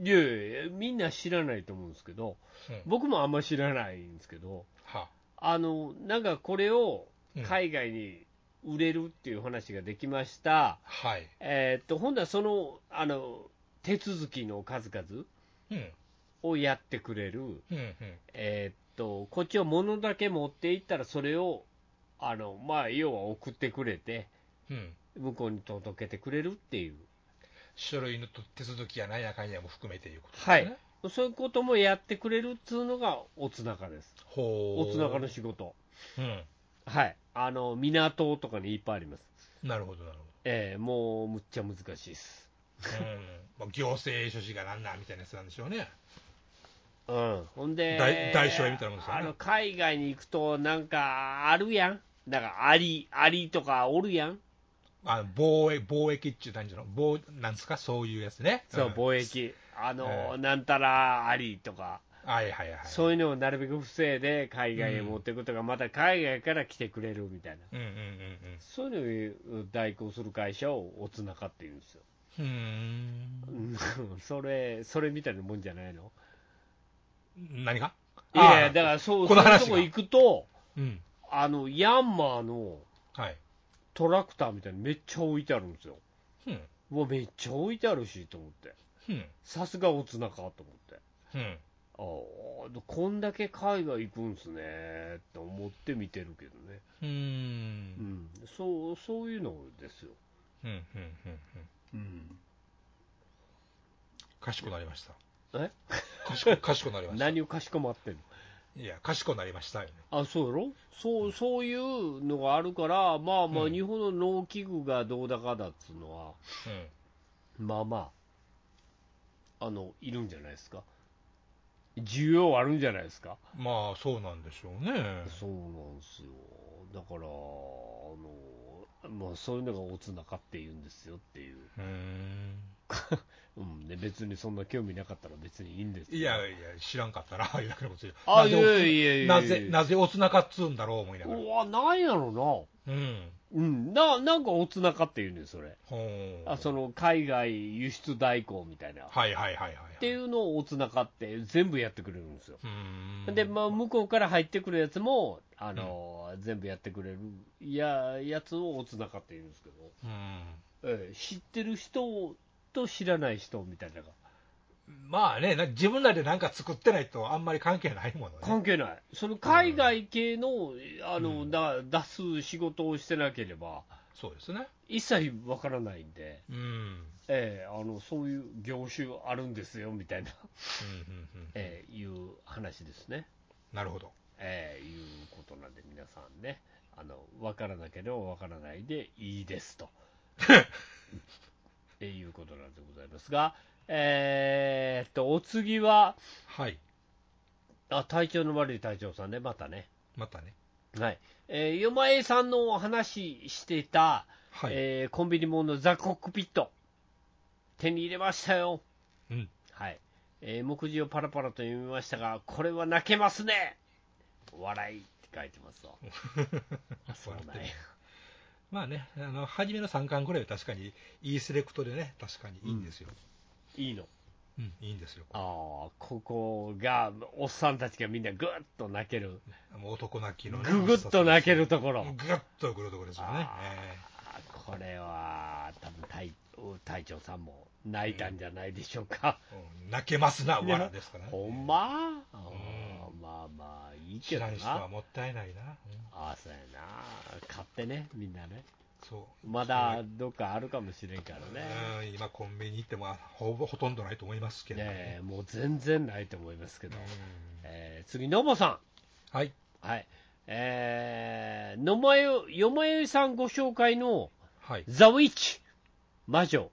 Speaker 2: いやいやみんな知らないと思うんですけど、
Speaker 3: た。うん。
Speaker 2: 僕もあんま知らないんですけど、
Speaker 3: は
Speaker 2: あのなんかこれを
Speaker 3: あ。うん
Speaker 2: 海外に売れるっていう話ができました、
Speaker 3: はい。
Speaker 2: えーっとほんならそのあの手続きの数々
Speaker 3: うん。
Speaker 2: をやってくれる、
Speaker 3: うん。うん。
Speaker 2: えーっとこっちを物だけ持っていったら、それをあの、まあ、要は送ってくれて、
Speaker 3: うん。
Speaker 2: 向こうに届けてくれるっていう、
Speaker 3: 書類の手続きやなんやかんやも含めていうことです
Speaker 2: は
Speaker 3: ね。
Speaker 2: い。そういうこともやってくれるっつうのがおつなかです、
Speaker 3: ほ
Speaker 2: お
Speaker 3: う。
Speaker 2: つなかの仕事、
Speaker 3: うん。
Speaker 2: はい、あの港とかにいっぱいあります、
Speaker 3: なるほど、なるほど。
Speaker 2: えーもうむっちゃ難しいです。
Speaker 3: うんまあ、行政書士がなんなんみたいなやつなんでしょうね。
Speaker 2: うん、ほんで、
Speaker 3: 大大商いみたいなもんですよね
Speaker 2: あの海外に行くと、なんかあるやん、だからアリ、アリとかおるやん、
Speaker 3: あ貿易貿易っていう感じの、貿なんですか、そういうやつね。
Speaker 2: そう、
Speaker 3: ん
Speaker 2: 貿易、あの、
Speaker 3: う
Speaker 2: なんたらアリとか、
Speaker 3: はいはいはい。
Speaker 2: そういうのをなるべく防いで、海外へ持っていくとか、また海外から来てくれるみたいな、
Speaker 3: うんうんうん
Speaker 2: そういうのを代行する会社をおつなかって言うんですよ、
Speaker 3: うん。うん
Speaker 2: うんそれ、それみたいなもんじゃないの
Speaker 3: 何が
Speaker 2: いやいや、
Speaker 3: あ
Speaker 2: だからそう、
Speaker 3: この話が
Speaker 2: そういうとこ行くと、
Speaker 3: うん。
Speaker 2: あのヤンマーの
Speaker 3: はい。
Speaker 2: トラクターみたいなのめっちゃ置いてあるんですよ。
Speaker 3: うん。
Speaker 2: うわ、めっちゃ置いてあるしと思って、
Speaker 3: うん。
Speaker 2: さすがおつなかと思って、
Speaker 3: うん。
Speaker 2: ああ、こんだけ海外行くんすねと思って見てるけどね、
Speaker 3: うん。う。
Speaker 2: うんん、そうそういうのですよ。
Speaker 3: うん。うん。うん。賢くなりました。
Speaker 2: え
Speaker 3: 賢く、賢くなりました。
Speaker 2: 何をかしこまってんの
Speaker 3: いや、賢くなりましたよね。
Speaker 2: あそうやろそうそういうのがあるから、まあまあ、
Speaker 3: うん
Speaker 2: 日本の農機具がどうだかだっつうのは、
Speaker 3: うん。
Speaker 2: まあまあ、あのいるんじゃないですか、需要あるんじゃないですか。
Speaker 3: まあ、そうなんでしょうね。
Speaker 2: そうなんですよ。だから、あの、まあ、そういうのがおつなかって言うんですよっていう。
Speaker 3: うん。
Speaker 2: うん、で、別にそんな興味なかったら別にいいんですけど
Speaker 3: いや、いや、知らんかったな、 いうだけのこと言う
Speaker 2: あ、
Speaker 3: ないぜ
Speaker 2: やいやいやいや
Speaker 3: なぜ、なぜおつなかっつうんだろう思いながら。
Speaker 2: うわ、なんやろ
Speaker 3: うん。
Speaker 2: な。うん、な、なんかおつなかって言うねんそれ。
Speaker 3: ほう
Speaker 2: あ、その、海外輸出代行みたいな。っ
Speaker 3: はいはいはいはい。
Speaker 2: ていうのをおつなかって全部やってくれるんですよ。
Speaker 3: うーん。
Speaker 2: で、まあ、向こうから入ってくるやつも、あの、全部やってくれる、いや、やつをおつなかって言うんですけど。
Speaker 3: うん。
Speaker 2: ええ知ってる人と知らない人みたいなのが
Speaker 3: まあね、な自分らでなんか作ってないとあんまり関係ないものね。
Speaker 2: 関係ない、その海外系のあの、
Speaker 3: うん
Speaker 2: だ出す仕事をしてなければ、
Speaker 3: そうですね。
Speaker 2: 一切わからないんで、
Speaker 3: うん。うん
Speaker 2: ええあの、そういう業種あるんですよみたいな、
Speaker 3: うんうん
Speaker 2: ええいう話ですね、
Speaker 3: なるほど。
Speaker 2: ええいうことなんで、皆さんね、あの分からなければ分からないでいいです と。っていうことなんでございますが、えーっと、お次は、
Speaker 3: はい。
Speaker 2: あ体調の悪い隊長さんね、またね、
Speaker 3: またね。
Speaker 2: はいえー、よまえさんのお話ししてた、
Speaker 3: はい。
Speaker 2: えーコンビニものザ・コックピット、手に入れましたよ、
Speaker 3: うん。
Speaker 2: はいえー目次をパラパラと読みましたが、これは泣けます ね、笑いって書いてますわ、
Speaker 3: そう
Speaker 2: そう
Speaker 3: だ
Speaker 2: なんや
Speaker 3: ね。まあね、あの初めの3巻ぐらいは確かに、いいセレクトでね、確かにいいんですよ。
Speaker 2: いいの。
Speaker 3: うん、いいんですよ。
Speaker 2: ああ、ここが、おっさんたちがみんなぐっと泣ける。
Speaker 3: もう男泣きのね。
Speaker 2: ぐぐっと泣けるところ。
Speaker 3: ぐっとくるところですよね
Speaker 2: あ。あこれは、多分隊隊長さんも泣いたんじゃないでしょうか。
Speaker 3: ええうん泣けますな、わらですからね。
Speaker 2: ほんま、あーまあまあ、いいけ
Speaker 3: 知
Speaker 2: ど
Speaker 3: らん人は
Speaker 2: な。
Speaker 3: もったいないな。うん
Speaker 2: ああ、そうやな。買ってね、みんなね。
Speaker 3: そう。
Speaker 2: まだどっかあるかもしれんからね。
Speaker 3: うん今コンビニ行ってもほぼほとんどないと思いますけどね
Speaker 2: ねえ、もう全然ないと思いますけど
Speaker 3: う。ん
Speaker 2: えー次、のぼさ
Speaker 3: はい
Speaker 2: ん。はい。えー、のまよ、よまよいさんご紹介の、
Speaker 3: はい
Speaker 2: ザ・ウィッチ、魔女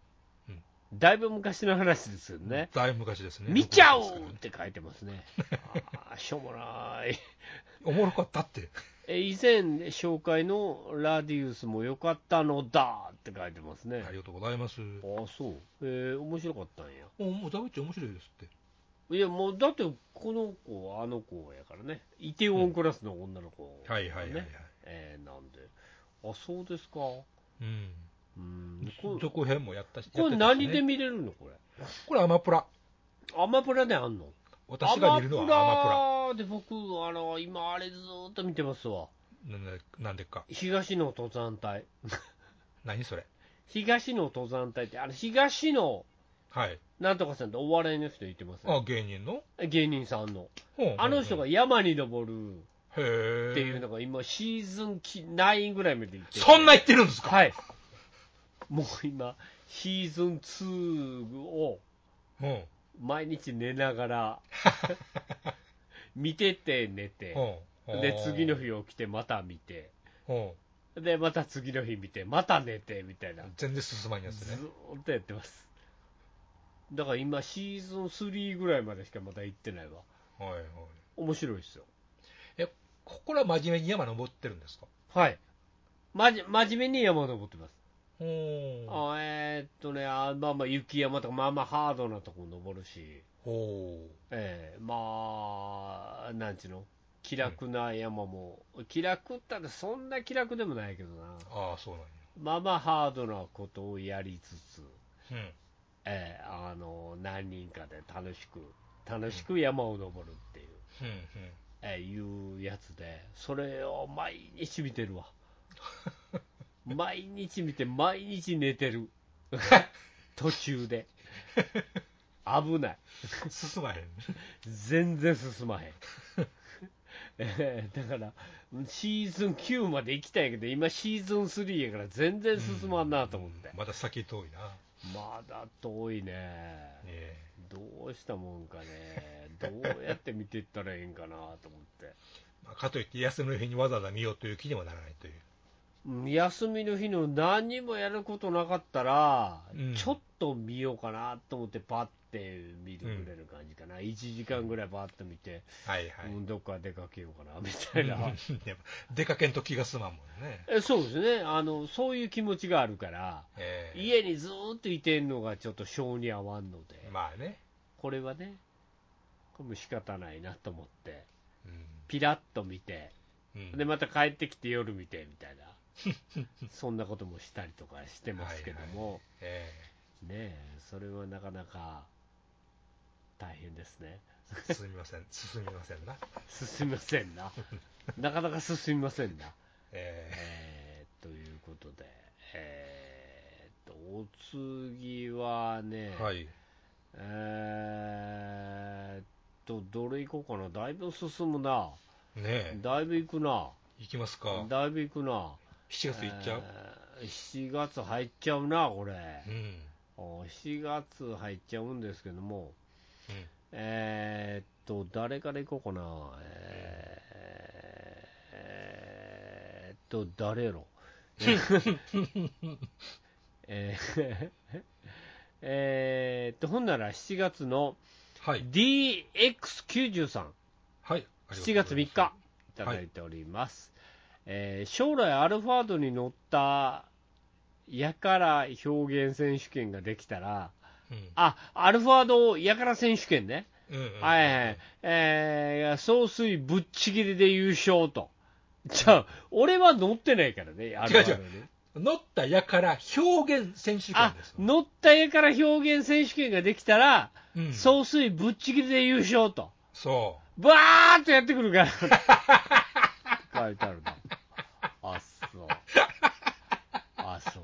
Speaker 3: うん。
Speaker 2: だいぶ昔の話ですよね。
Speaker 3: だいぶ昔ですね
Speaker 2: 見ちゃおう
Speaker 3: 向こう
Speaker 2: っ
Speaker 3: です
Speaker 2: て書いてます ね。あーしょうもない。
Speaker 3: からねおもろかったって
Speaker 2: え以前紹介のラディウスも良かったのだって書いてますね。
Speaker 3: ありがとうございます
Speaker 2: ああ、そう。えー、面白かったんや。
Speaker 3: おもうザブッチ面白いですって
Speaker 2: いや、もう、だって、この子はあの子やからね。イテウォンクラスの女の子、
Speaker 3: はいはいはいはい
Speaker 2: ねえーなんで。あ、そうですか。
Speaker 3: うん
Speaker 2: うん。これ、
Speaker 3: 続編もやったし
Speaker 2: これ
Speaker 3: やって
Speaker 2: 何
Speaker 3: たし
Speaker 2: で
Speaker 3: ね
Speaker 2: 見れるのこれ。
Speaker 3: これアマプラ
Speaker 2: アマプラであんの
Speaker 3: 私が見るのはア
Speaker 2: アマプラで僕、あの、今あれずーっと見てますわ。
Speaker 3: マプラなんでなんでか
Speaker 2: 東の登山隊。
Speaker 3: 何それ
Speaker 2: 東の登山隊って、あの、東の、
Speaker 3: はい
Speaker 2: なんとかさんってお笑いの人言ってます
Speaker 3: あ
Speaker 2: ね。
Speaker 3: 芸人の
Speaker 2: 芸人さんの。
Speaker 3: ほうほうほう
Speaker 2: あの人が
Speaker 3: へ
Speaker 2: 山に登る
Speaker 3: え
Speaker 2: っていうのが今シーズンき9ぐらいまで行ってて
Speaker 3: そんな言ってるんですか
Speaker 2: はい。もう今、シーズン2を
Speaker 3: うん
Speaker 2: 毎日寝ながら、 見てて寝て、
Speaker 3: うん
Speaker 2: で、次の日起きてまた見て、
Speaker 3: うん
Speaker 2: で、また次の日見て、また寝てみたいな。
Speaker 3: 全然進まんやつ
Speaker 2: ず
Speaker 3: ね
Speaker 2: ーっとやってます。だから今、シーズン3ぐらいまでしかまだ行ってないわ。
Speaker 3: はいはい
Speaker 2: 面白いですよ。
Speaker 3: ここら真面目に山登ってるんですか
Speaker 2: はい。まじ、真面目に山登ってます。
Speaker 3: ほー
Speaker 2: あえーっとね、あまあまあ、雪山とか、まあまあ、ハードなとこ登るし、
Speaker 3: ほ
Speaker 2: ええまあ、なんちゅうの、気楽な山も、気楽ったらそんな気楽でもないけどな、
Speaker 3: うああそうなんや
Speaker 2: まあまあ、ハードなことをやりつつ、
Speaker 3: うん
Speaker 2: ええあの何人かで楽しく、楽しく山を登るっていう、
Speaker 3: うんうん
Speaker 2: ええいうやつで、それを毎日見てるわ。毎日見て、毎日寝てる。途中で。危ない。
Speaker 3: 進まへん
Speaker 2: 全然進まへん。えーだから、シーズン9まで行きたいけど、今シーズン3やから全然進まんなと思って。
Speaker 3: まだ先遠いなね
Speaker 2: まだ遠いね。
Speaker 3: え
Speaker 2: どうしたもんかね。どうやって見ていったらええんかなと思って。
Speaker 3: まあかといって休みの日にわざわざ見ようという気にもならないという
Speaker 2: うん休みの日の何にもやることなかったら、
Speaker 3: うん
Speaker 2: ちょっと見ようかなと思ってパッて見てくれる感じかな、1時間ぐらいパッと見て、
Speaker 3: はいはい、
Speaker 2: うんどっか出かけようかなみたいな、
Speaker 3: でも出かけんと気が済まんもんね
Speaker 2: えそうですねあの、そういう気持ちがあるから、
Speaker 3: ええ
Speaker 2: 家にずーっといてんのがちょっと性に合わんので、
Speaker 3: まあね、
Speaker 2: これはね、これも仕方ないなと思って、
Speaker 3: う
Speaker 2: ピラッと見て、
Speaker 3: んうん
Speaker 2: でまた帰ってきて夜見てみたい な、そんなこともしたりとかしてますけども。
Speaker 3: え
Speaker 2: ねえ、それはなかなか大変ですね。
Speaker 3: え進みません進みませんな
Speaker 2: 進みません な。なかなか進みませんな。
Speaker 3: え
Speaker 2: えー、ということで、えー、と、お次はね
Speaker 3: え、はい
Speaker 2: えー、と、どれ行こうかな。だいぶ進むな。
Speaker 3: ねえ
Speaker 2: だいぶ行くな。
Speaker 3: 行きますか
Speaker 2: だいぶ行くな。
Speaker 3: 7月行っちゃう、
Speaker 2: えー ?7 月入っちゃうな、これ。
Speaker 3: うん
Speaker 2: お7月入っちゃうんですけども、
Speaker 3: うん
Speaker 2: えーっと、誰から行こうかな、えーえーっと、誰や ろ、えーえーっと、ほんなら7月の
Speaker 3: はい、
Speaker 2: DX93、
Speaker 3: はい、ありがとうござい
Speaker 2: 7
Speaker 3: ます
Speaker 2: 月3日、いただいております。えー将来アルファードに乗ったやから表現選手権ができたら、
Speaker 3: うん
Speaker 2: あ、アルファードやから選手権ね。
Speaker 3: うんうん
Speaker 2: はいはい。えー、総帥ぶっちぎりで優勝と。じゃあ、俺は乗ってないからね、アルファードに。
Speaker 3: 乗ったやから表現選手権
Speaker 2: あ
Speaker 3: ですよ、
Speaker 2: 乗った絵から表現選手権ができたら、
Speaker 3: うん、そう
Speaker 2: 総帥ぶっちぎりで優勝と、
Speaker 3: そう
Speaker 2: バーっとやってくるから書いてあるな、あそう、あそっか、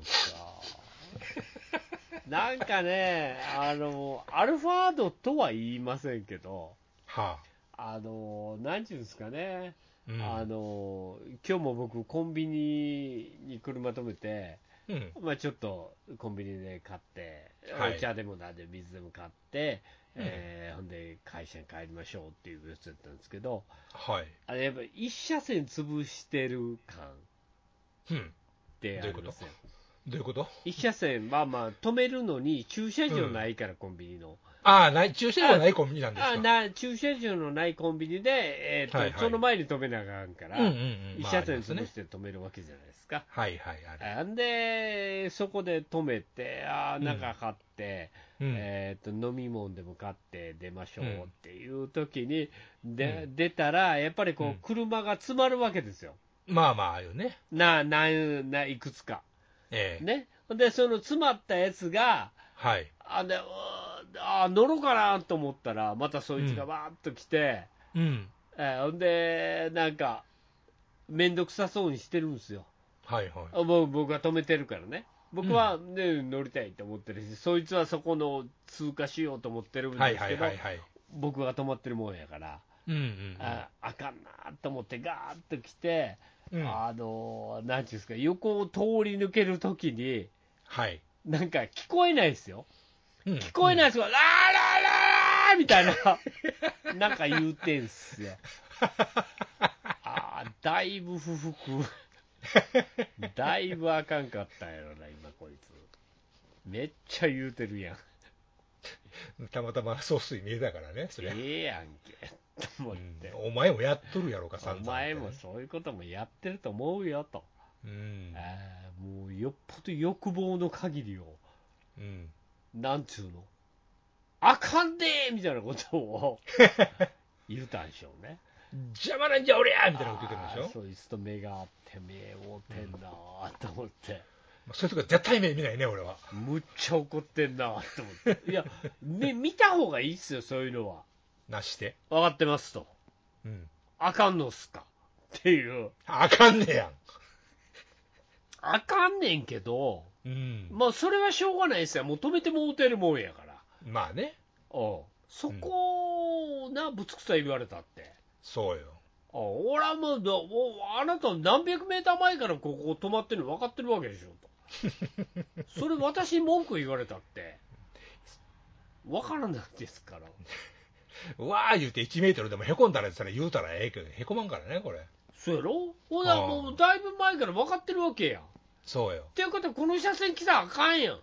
Speaker 2: なんかね、あのアルファードとは言いませんけど、
Speaker 3: はあ
Speaker 2: あのなんていうんですかね。
Speaker 3: うん
Speaker 2: あの今日も僕、コンビニに車止めて、
Speaker 3: うん
Speaker 2: まあ、ちょっとコンビニで買って、
Speaker 3: はい
Speaker 2: お茶でもなんで水でも買って、
Speaker 3: うん
Speaker 2: えーほんで会社に帰りましょうっていうやつだったんですけど、
Speaker 3: はい、
Speaker 2: あれやっぱ一車線潰してる感っ
Speaker 3: うん、
Speaker 2: てあ
Speaker 3: どう
Speaker 2: り
Speaker 3: いうこ
Speaker 2: ま
Speaker 3: と
Speaker 2: すよ。
Speaker 3: どういうこと
Speaker 2: 一車線、まあまあ、止めるのに駐車場ないから、コンビニの。
Speaker 3: ああない駐車場ないコンビニなんですか
Speaker 2: あな駐車場のないコンビニで、えーと
Speaker 3: はいはい
Speaker 2: その前に止めなあかんから、
Speaker 3: うんうんうん
Speaker 2: 一
Speaker 3: まあ
Speaker 2: 車
Speaker 3: あり
Speaker 2: 線
Speaker 3: ます
Speaker 2: 潰
Speaker 3: ね
Speaker 2: して止めるわけじゃないですか。
Speaker 3: はいはいあれ、
Speaker 2: なんで、そこで止めて、ああ、なんか買って、
Speaker 3: うん
Speaker 2: えー、と飲み物でも買って出ましょうっていう時に、で出たら、やっぱり
Speaker 3: う
Speaker 2: こ
Speaker 3: ん
Speaker 2: う車が詰まるわけですよ、
Speaker 3: まあまああるよね
Speaker 2: ななんないくつか。
Speaker 3: ええ
Speaker 2: ね、で、その詰まったやつが、
Speaker 3: はい
Speaker 2: あでうーあー乗ろうかなと思ったら、またそいつが
Speaker 3: うん
Speaker 2: わーっと来て、
Speaker 3: うん
Speaker 2: えーほんで、なんか、面倒くさそうにしてるんですよ。
Speaker 3: はいはい
Speaker 2: あもう僕は止めてるからね、僕は、ね乗りたいと思ってるし、そいつはそこの通過しようと思ってるんです
Speaker 3: は
Speaker 2: け
Speaker 3: い
Speaker 2: ど、
Speaker 3: はいはいはい
Speaker 2: 僕が止まってるもんやから、
Speaker 3: うんうん
Speaker 2: ああかんなと思って、ガーッと来て、
Speaker 3: うんうん
Speaker 2: あのなんていうんですか、横を通り抜けるときに、
Speaker 3: はい
Speaker 2: なんか聞こえないですよ、
Speaker 3: 聞
Speaker 2: 聞こえない
Speaker 3: い、
Speaker 2: ですよ、ラーラーラーラーみたい な、なんか言うてんすよ。あーだいぶ不 服、だいぶあかんかったんやろな、今こいつ。めっちゃ言うてるやん。
Speaker 3: うんたまたま総帥見えたからねそれ、
Speaker 2: ええやんけ、と思って。
Speaker 3: うんお前もやっとるやろか散々
Speaker 2: お前もそういうこともやってると思うよと。
Speaker 3: うん
Speaker 2: あーもうよっぽど欲望の限りを、
Speaker 3: うん
Speaker 2: なんちゅうの、あかんでーみたいなこと を言うたんでしょうね。
Speaker 3: 邪魔なんじゃ俺やみたいなこと言ってる
Speaker 2: あ
Speaker 3: んで
Speaker 2: ー
Speaker 3: しょ
Speaker 2: そいつと目が合って目合うてんなーと思って、
Speaker 3: まあそういうとこ絶対目見ないね俺は
Speaker 2: むっちゃ怒ってんなーと思 っていや、ね、見た方がいいっすよそういうのは
Speaker 3: なして
Speaker 2: 分かってますと
Speaker 3: うん
Speaker 2: あかんのっすかっていう
Speaker 3: あかんねや
Speaker 2: あかんねんけど
Speaker 3: んうん
Speaker 2: まあそれはしょうがないっすよもう止めてもうてるもんやから
Speaker 3: まあね
Speaker 2: うんそこをなぶつくさ言われたって
Speaker 3: そうよ
Speaker 2: あ俺はもうだもうあなた何百メーター前からここ止まってるの分かってるわけでしょとそれ私に文句言われた って分からないですから
Speaker 3: うわー言うて1メートルでもへこんだらそれ言うたらええけどへこまんからねこれ
Speaker 2: そうやろほな
Speaker 3: ああ
Speaker 2: もうだいぶ前から分かってるわけやんっ
Speaker 3: そうよ
Speaker 2: ていうことはこの車線来たらあかんや ん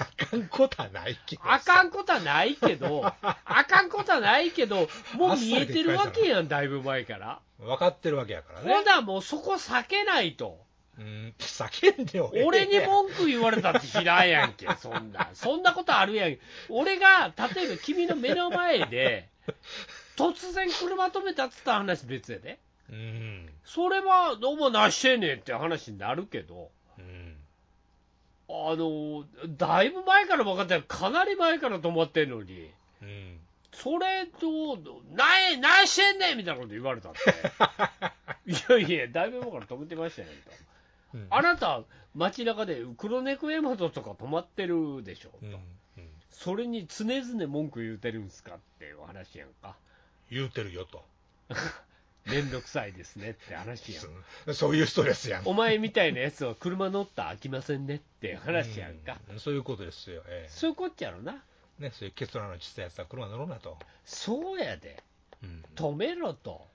Speaker 3: あかんことはないけど
Speaker 2: あかんことはないけ どあかんことはないけどもう見えてるわけやんだいぶ前から
Speaker 3: 分かってるわけやから
Speaker 2: ほ
Speaker 3: ね
Speaker 2: なもうそこ避けないと
Speaker 3: うん叫んでよ
Speaker 2: 俺に文句言われたって知らんやんけ、そんな。そんなことあるやん。俺が、例えば君の目の前 で、突然車止めたっつった話別やで。
Speaker 3: うん
Speaker 2: それは、どうもなしてんねんって話になるけど、
Speaker 3: うん
Speaker 2: あの、だいぶ前から分かってる。かなり前から止まってんのに、
Speaker 3: うん
Speaker 2: それと、なえ、なしてんねんみたいなこと言われた って。いやいや、だいぶ前から止めてましたよ、ね、と。
Speaker 3: うん
Speaker 2: あなた、街中で黒猫ヤマトとか止まってるでしょ、
Speaker 3: う
Speaker 2: と
Speaker 3: んうん
Speaker 2: それに常々文句言うてるんすかっていう話やんか、
Speaker 3: 言うてるよと
Speaker 2: めんどくさいですねって話やん、
Speaker 3: そういうストレスやん
Speaker 2: お前みたいなやつは車乗ったら飽きませんねっていう話やんか、
Speaker 3: うんそういうことですよ、え
Speaker 2: そういうこっちゃろな、
Speaker 3: えね、そういうケツラの小さいやつは車乗ろうなと、
Speaker 2: そうやで、
Speaker 3: うん
Speaker 2: 止めろと、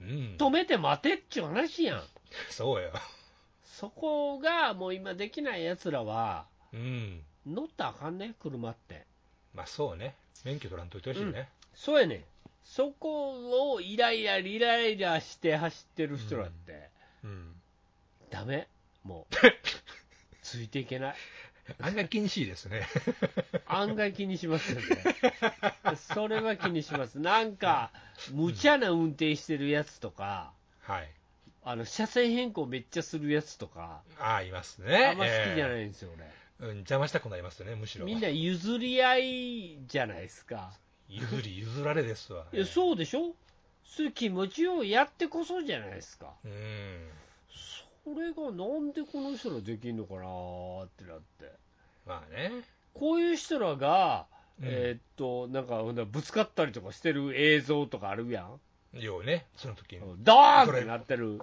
Speaker 3: うん
Speaker 2: 止めて待てっちゅう話やん、
Speaker 3: そうよ、
Speaker 2: そこがもう今できないやつらは、
Speaker 3: うん、
Speaker 2: 乗ったらあかんね、車って。
Speaker 3: まあそうね、免許取らんといてほしいね、
Speaker 2: そうやねんそこをイライライライラして走ってる人だって、
Speaker 3: うん
Speaker 2: ダメもうついていけない
Speaker 3: 案外厳しいですね、
Speaker 2: 案外気にしますよねそれは気にしますなんか無茶な運転してるやつとか
Speaker 3: はい、
Speaker 2: あの車線変更めっちゃするやつとか、
Speaker 3: ああ、いますね。
Speaker 2: あんま好きじゃな
Speaker 3: え
Speaker 2: いんですよ、俺。
Speaker 3: えうん、邪魔したくなりますよね、むしろ。
Speaker 2: みんな譲り合いじゃないですか。
Speaker 3: 譲り譲られですわ。
Speaker 2: いや、そうでしょそれ気持ちをやってこそじゃないですか。
Speaker 3: う。うん。
Speaker 2: それがなんでこの人らできんのかなーってなって。
Speaker 3: まあね。
Speaker 2: こういう人らが、
Speaker 3: うん
Speaker 2: えーっと、なんか、ほんならぶつかったりとかしてる映像とかあるやん。
Speaker 3: ようね、その時に、
Speaker 2: ドーンってなってる。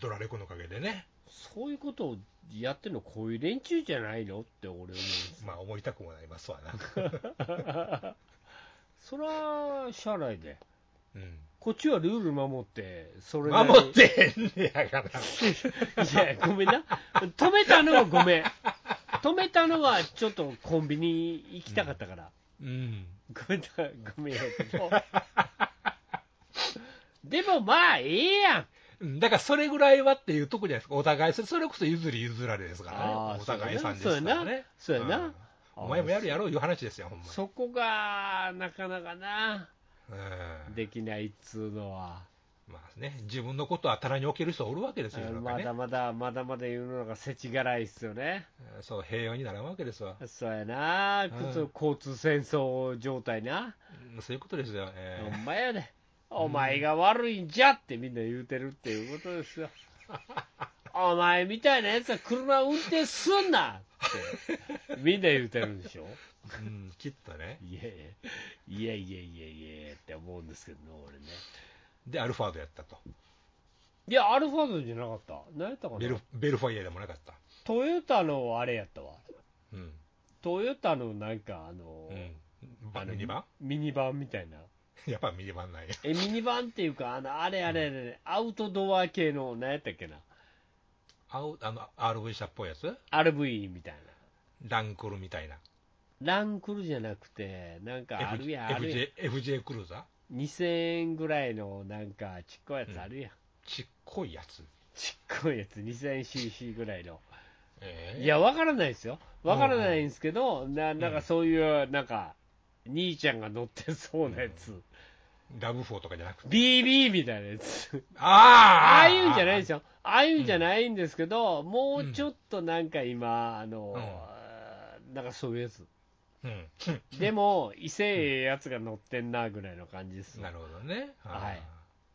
Speaker 3: ドラレコのおかげでね、
Speaker 2: そういうことをやってるのこういう連中じゃないのって俺思うんです
Speaker 3: まあ思いたくもなりま すわな。
Speaker 2: そら社内で
Speaker 3: うん。
Speaker 2: こっちはルール守ってそれなりに
Speaker 3: 守ってへんね やから。
Speaker 2: いやごめんな止めたのはごめん止めたのはちょっとコンビニ行きたかったから、
Speaker 3: うん。
Speaker 2: ごめんなごめんやけどでもまあええやん
Speaker 3: うんだからそれぐらいはっていうとこじゃないですか。お互い、それそれこそ譲り譲られですから
Speaker 2: あ
Speaker 3: ね。
Speaker 2: ー
Speaker 3: お互いさんですからね。
Speaker 2: そうやなそうやな
Speaker 3: うんお前もやるやろういう話ですよ、ほんまに。
Speaker 2: そこがなかなかな
Speaker 3: うん
Speaker 2: できないっつうのは。
Speaker 3: まあね、自分のことは棚に置ける人おるわけですよ、世の中
Speaker 2: ま
Speaker 3: ね
Speaker 2: だまだ、まだまだ世の中、世知辛いっすよね、
Speaker 3: うんそう、平和にならんわけですわ。
Speaker 2: そうやな、
Speaker 3: うん
Speaker 2: そう交通戦争状態な、
Speaker 3: うんそういうことですよ。え
Speaker 2: ほんまやで、お前が悪いんじゃってみんな言うてるっていうことです よ、お前みたいなやつは車運転すんなって、みんな言うてるんでしょ、
Speaker 3: ーうん、きっとね。
Speaker 2: いやいや、いやいやいやいやって思うんですけどね、俺ね。
Speaker 3: で、アルファードやったと。
Speaker 2: いや、アルファードじゃなかった、何やったか
Speaker 3: ベル
Speaker 2: な、
Speaker 3: ベルファイアでもなかった。
Speaker 2: トヨタのあれやったわ、
Speaker 3: うん。
Speaker 2: トヨタのなんか、あの、
Speaker 3: うん。
Speaker 2: あ
Speaker 3: バ
Speaker 2: の
Speaker 3: ミニバ
Speaker 2: ミニバンみたいな。
Speaker 3: ンやっぱミニバンなんや。
Speaker 2: え、ミニバンっていうか、あの、あれあれあれ、アウトドア系の、何やったっけな。
Speaker 3: 青あの RV 車っぽいやつ
Speaker 2: RV みたいな。
Speaker 3: ランクルみたいな。
Speaker 2: ランクルじゃなくて、なんかあるやん、あるやん。
Speaker 3: FJ, FJ クルーザー
Speaker 2: 2000円ぐらいの、なんか、ちっこいやつあるやん。
Speaker 3: ちっこいやつ。
Speaker 2: ちっこいやつ、2000cc ぐらいの。
Speaker 3: ええ
Speaker 2: いや、わからないですよ。わからないんですけど、な、なん
Speaker 3: うん
Speaker 2: かそういう、なんか、兄ちゃんが乗ってそうなやつ。
Speaker 3: ラブフォーとかじゃなくて。
Speaker 2: BB みたいなやつ。あ
Speaker 3: あ
Speaker 2: あいうんじゃないんです
Speaker 3: よ。
Speaker 2: よ、ああいうんじゃないんですけど、もうちょっとなんか今、あのなんかそういうやつ、
Speaker 3: うん。
Speaker 2: でも、異性ええやつが乗ってんなぐらいの感じです、
Speaker 3: なるほどね。
Speaker 2: はい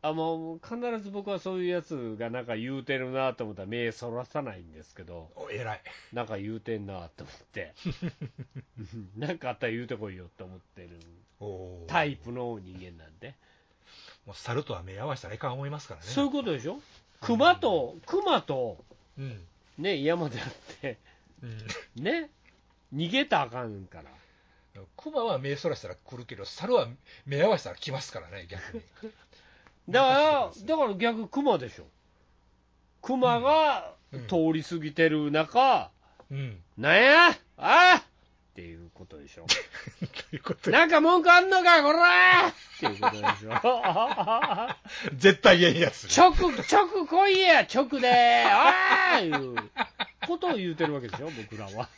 Speaker 2: あもう必ず僕はそういうやつがなんか言うてるなと思ったら、目そらさないんですけど、
Speaker 3: お、偉い。
Speaker 2: なんか言うてんなと思って、 なんかあったら言うてこいよと思ってる
Speaker 3: おー
Speaker 2: タイプの人間なんで、
Speaker 3: もう猿とは目合わせたらいかん思いますからね。
Speaker 2: そういうことでしょ、熊と、熊と、
Speaker 3: うん。
Speaker 2: ね、山であって。
Speaker 3: うん。
Speaker 2: ね、逃げたらあかんから、
Speaker 3: クマは目そらしたら来るけど、猿は目合わせたら来ますからね、逆に。
Speaker 2: だか
Speaker 3: そうです
Speaker 2: ら、だから逆、熊でしょ、熊が
Speaker 3: うん
Speaker 2: 通り過ぎてる中、
Speaker 3: うん。
Speaker 2: なんや、ああっていうことでしょ、
Speaker 3: ということで、
Speaker 2: なんか文句あんのか、こらっていうことでしょ。
Speaker 3: 絶対言えんやつ。
Speaker 2: 直、直来いや、直で、ああいうことを言うてるわけでしょ、僕らは。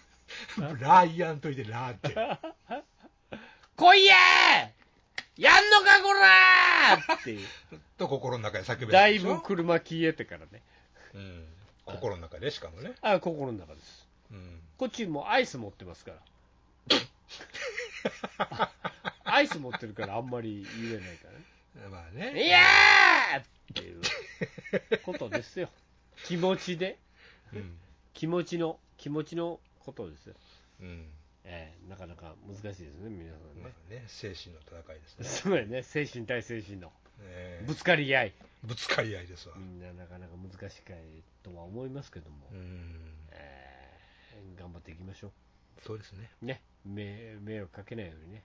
Speaker 3: ライアンといてラーって。
Speaker 2: 来いややんのか、こらっていう。
Speaker 3: と心の中で叫べる
Speaker 2: だい
Speaker 3: やつでしょ
Speaker 2: ぶ車消えてからね。
Speaker 3: うん。心の中でしかもね。
Speaker 2: あ心の中です。
Speaker 3: うん。
Speaker 2: こっちもうアイス持ってます から。アイス持ってるからあんまり言えないから
Speaker 3: まあ ね。
Speaker 2: ね。いやーっていうことですよ。気持ちで、
Speaker 3: うん。
Speaker 2: 気持ちの、気持ちのことですよ。
Speaker 3: うん。
Speaker 2: ええなかなか難しいですね、皆さん
Speaker 3: ま
Speaker 2: ね。
Speaker 3: あね、精神の戦いですね。
Speaker 2: そうやね、精神対精神の
Speaker 3: ええ
Speaker 2: ぶつかり合い。
Speaker 3: ぶつかり合いですわ。
Speaker 2: みんななかなか難しいかいとは思いますけども、
Speaker 3: うん。
Speaker 2: ええ頑張っていきましょ
Speaker 3: そうですね。
Speaker 2: う。ね、迷迷惑かけないよう にね。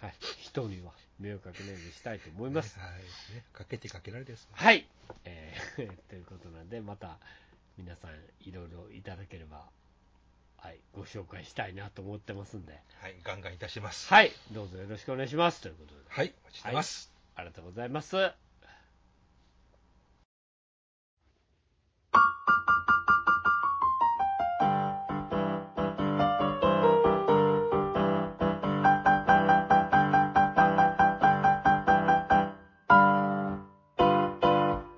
Speaker 2: はい、人には迷惑かけないようにしたいと思います。
Speaker 3: はい。ね、かけてかけられですわ。
Speaker 2: はい、え ーということなんで、また皆さん、いろいろいただければ、はい、ご紹介したいなと思ってますんで、
Speaker 3: はい。ガンガンいたします。い。
Speaker 2: はい、どうぞよろしくお願いしますということで、
Speaker 3: はい。お待ちしてます。
Speaker 2: ありがとうございます。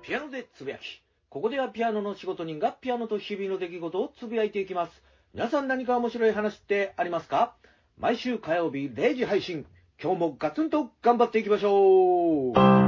Speaker 4: ピアノででつぶやき。ここではピアノの仕事人がピアノと日々の出来事をつぶやいていきます。皆さん何か面白い話ってありますか毎週火曜日0時配信。今日もガツンと頑張っていきましょう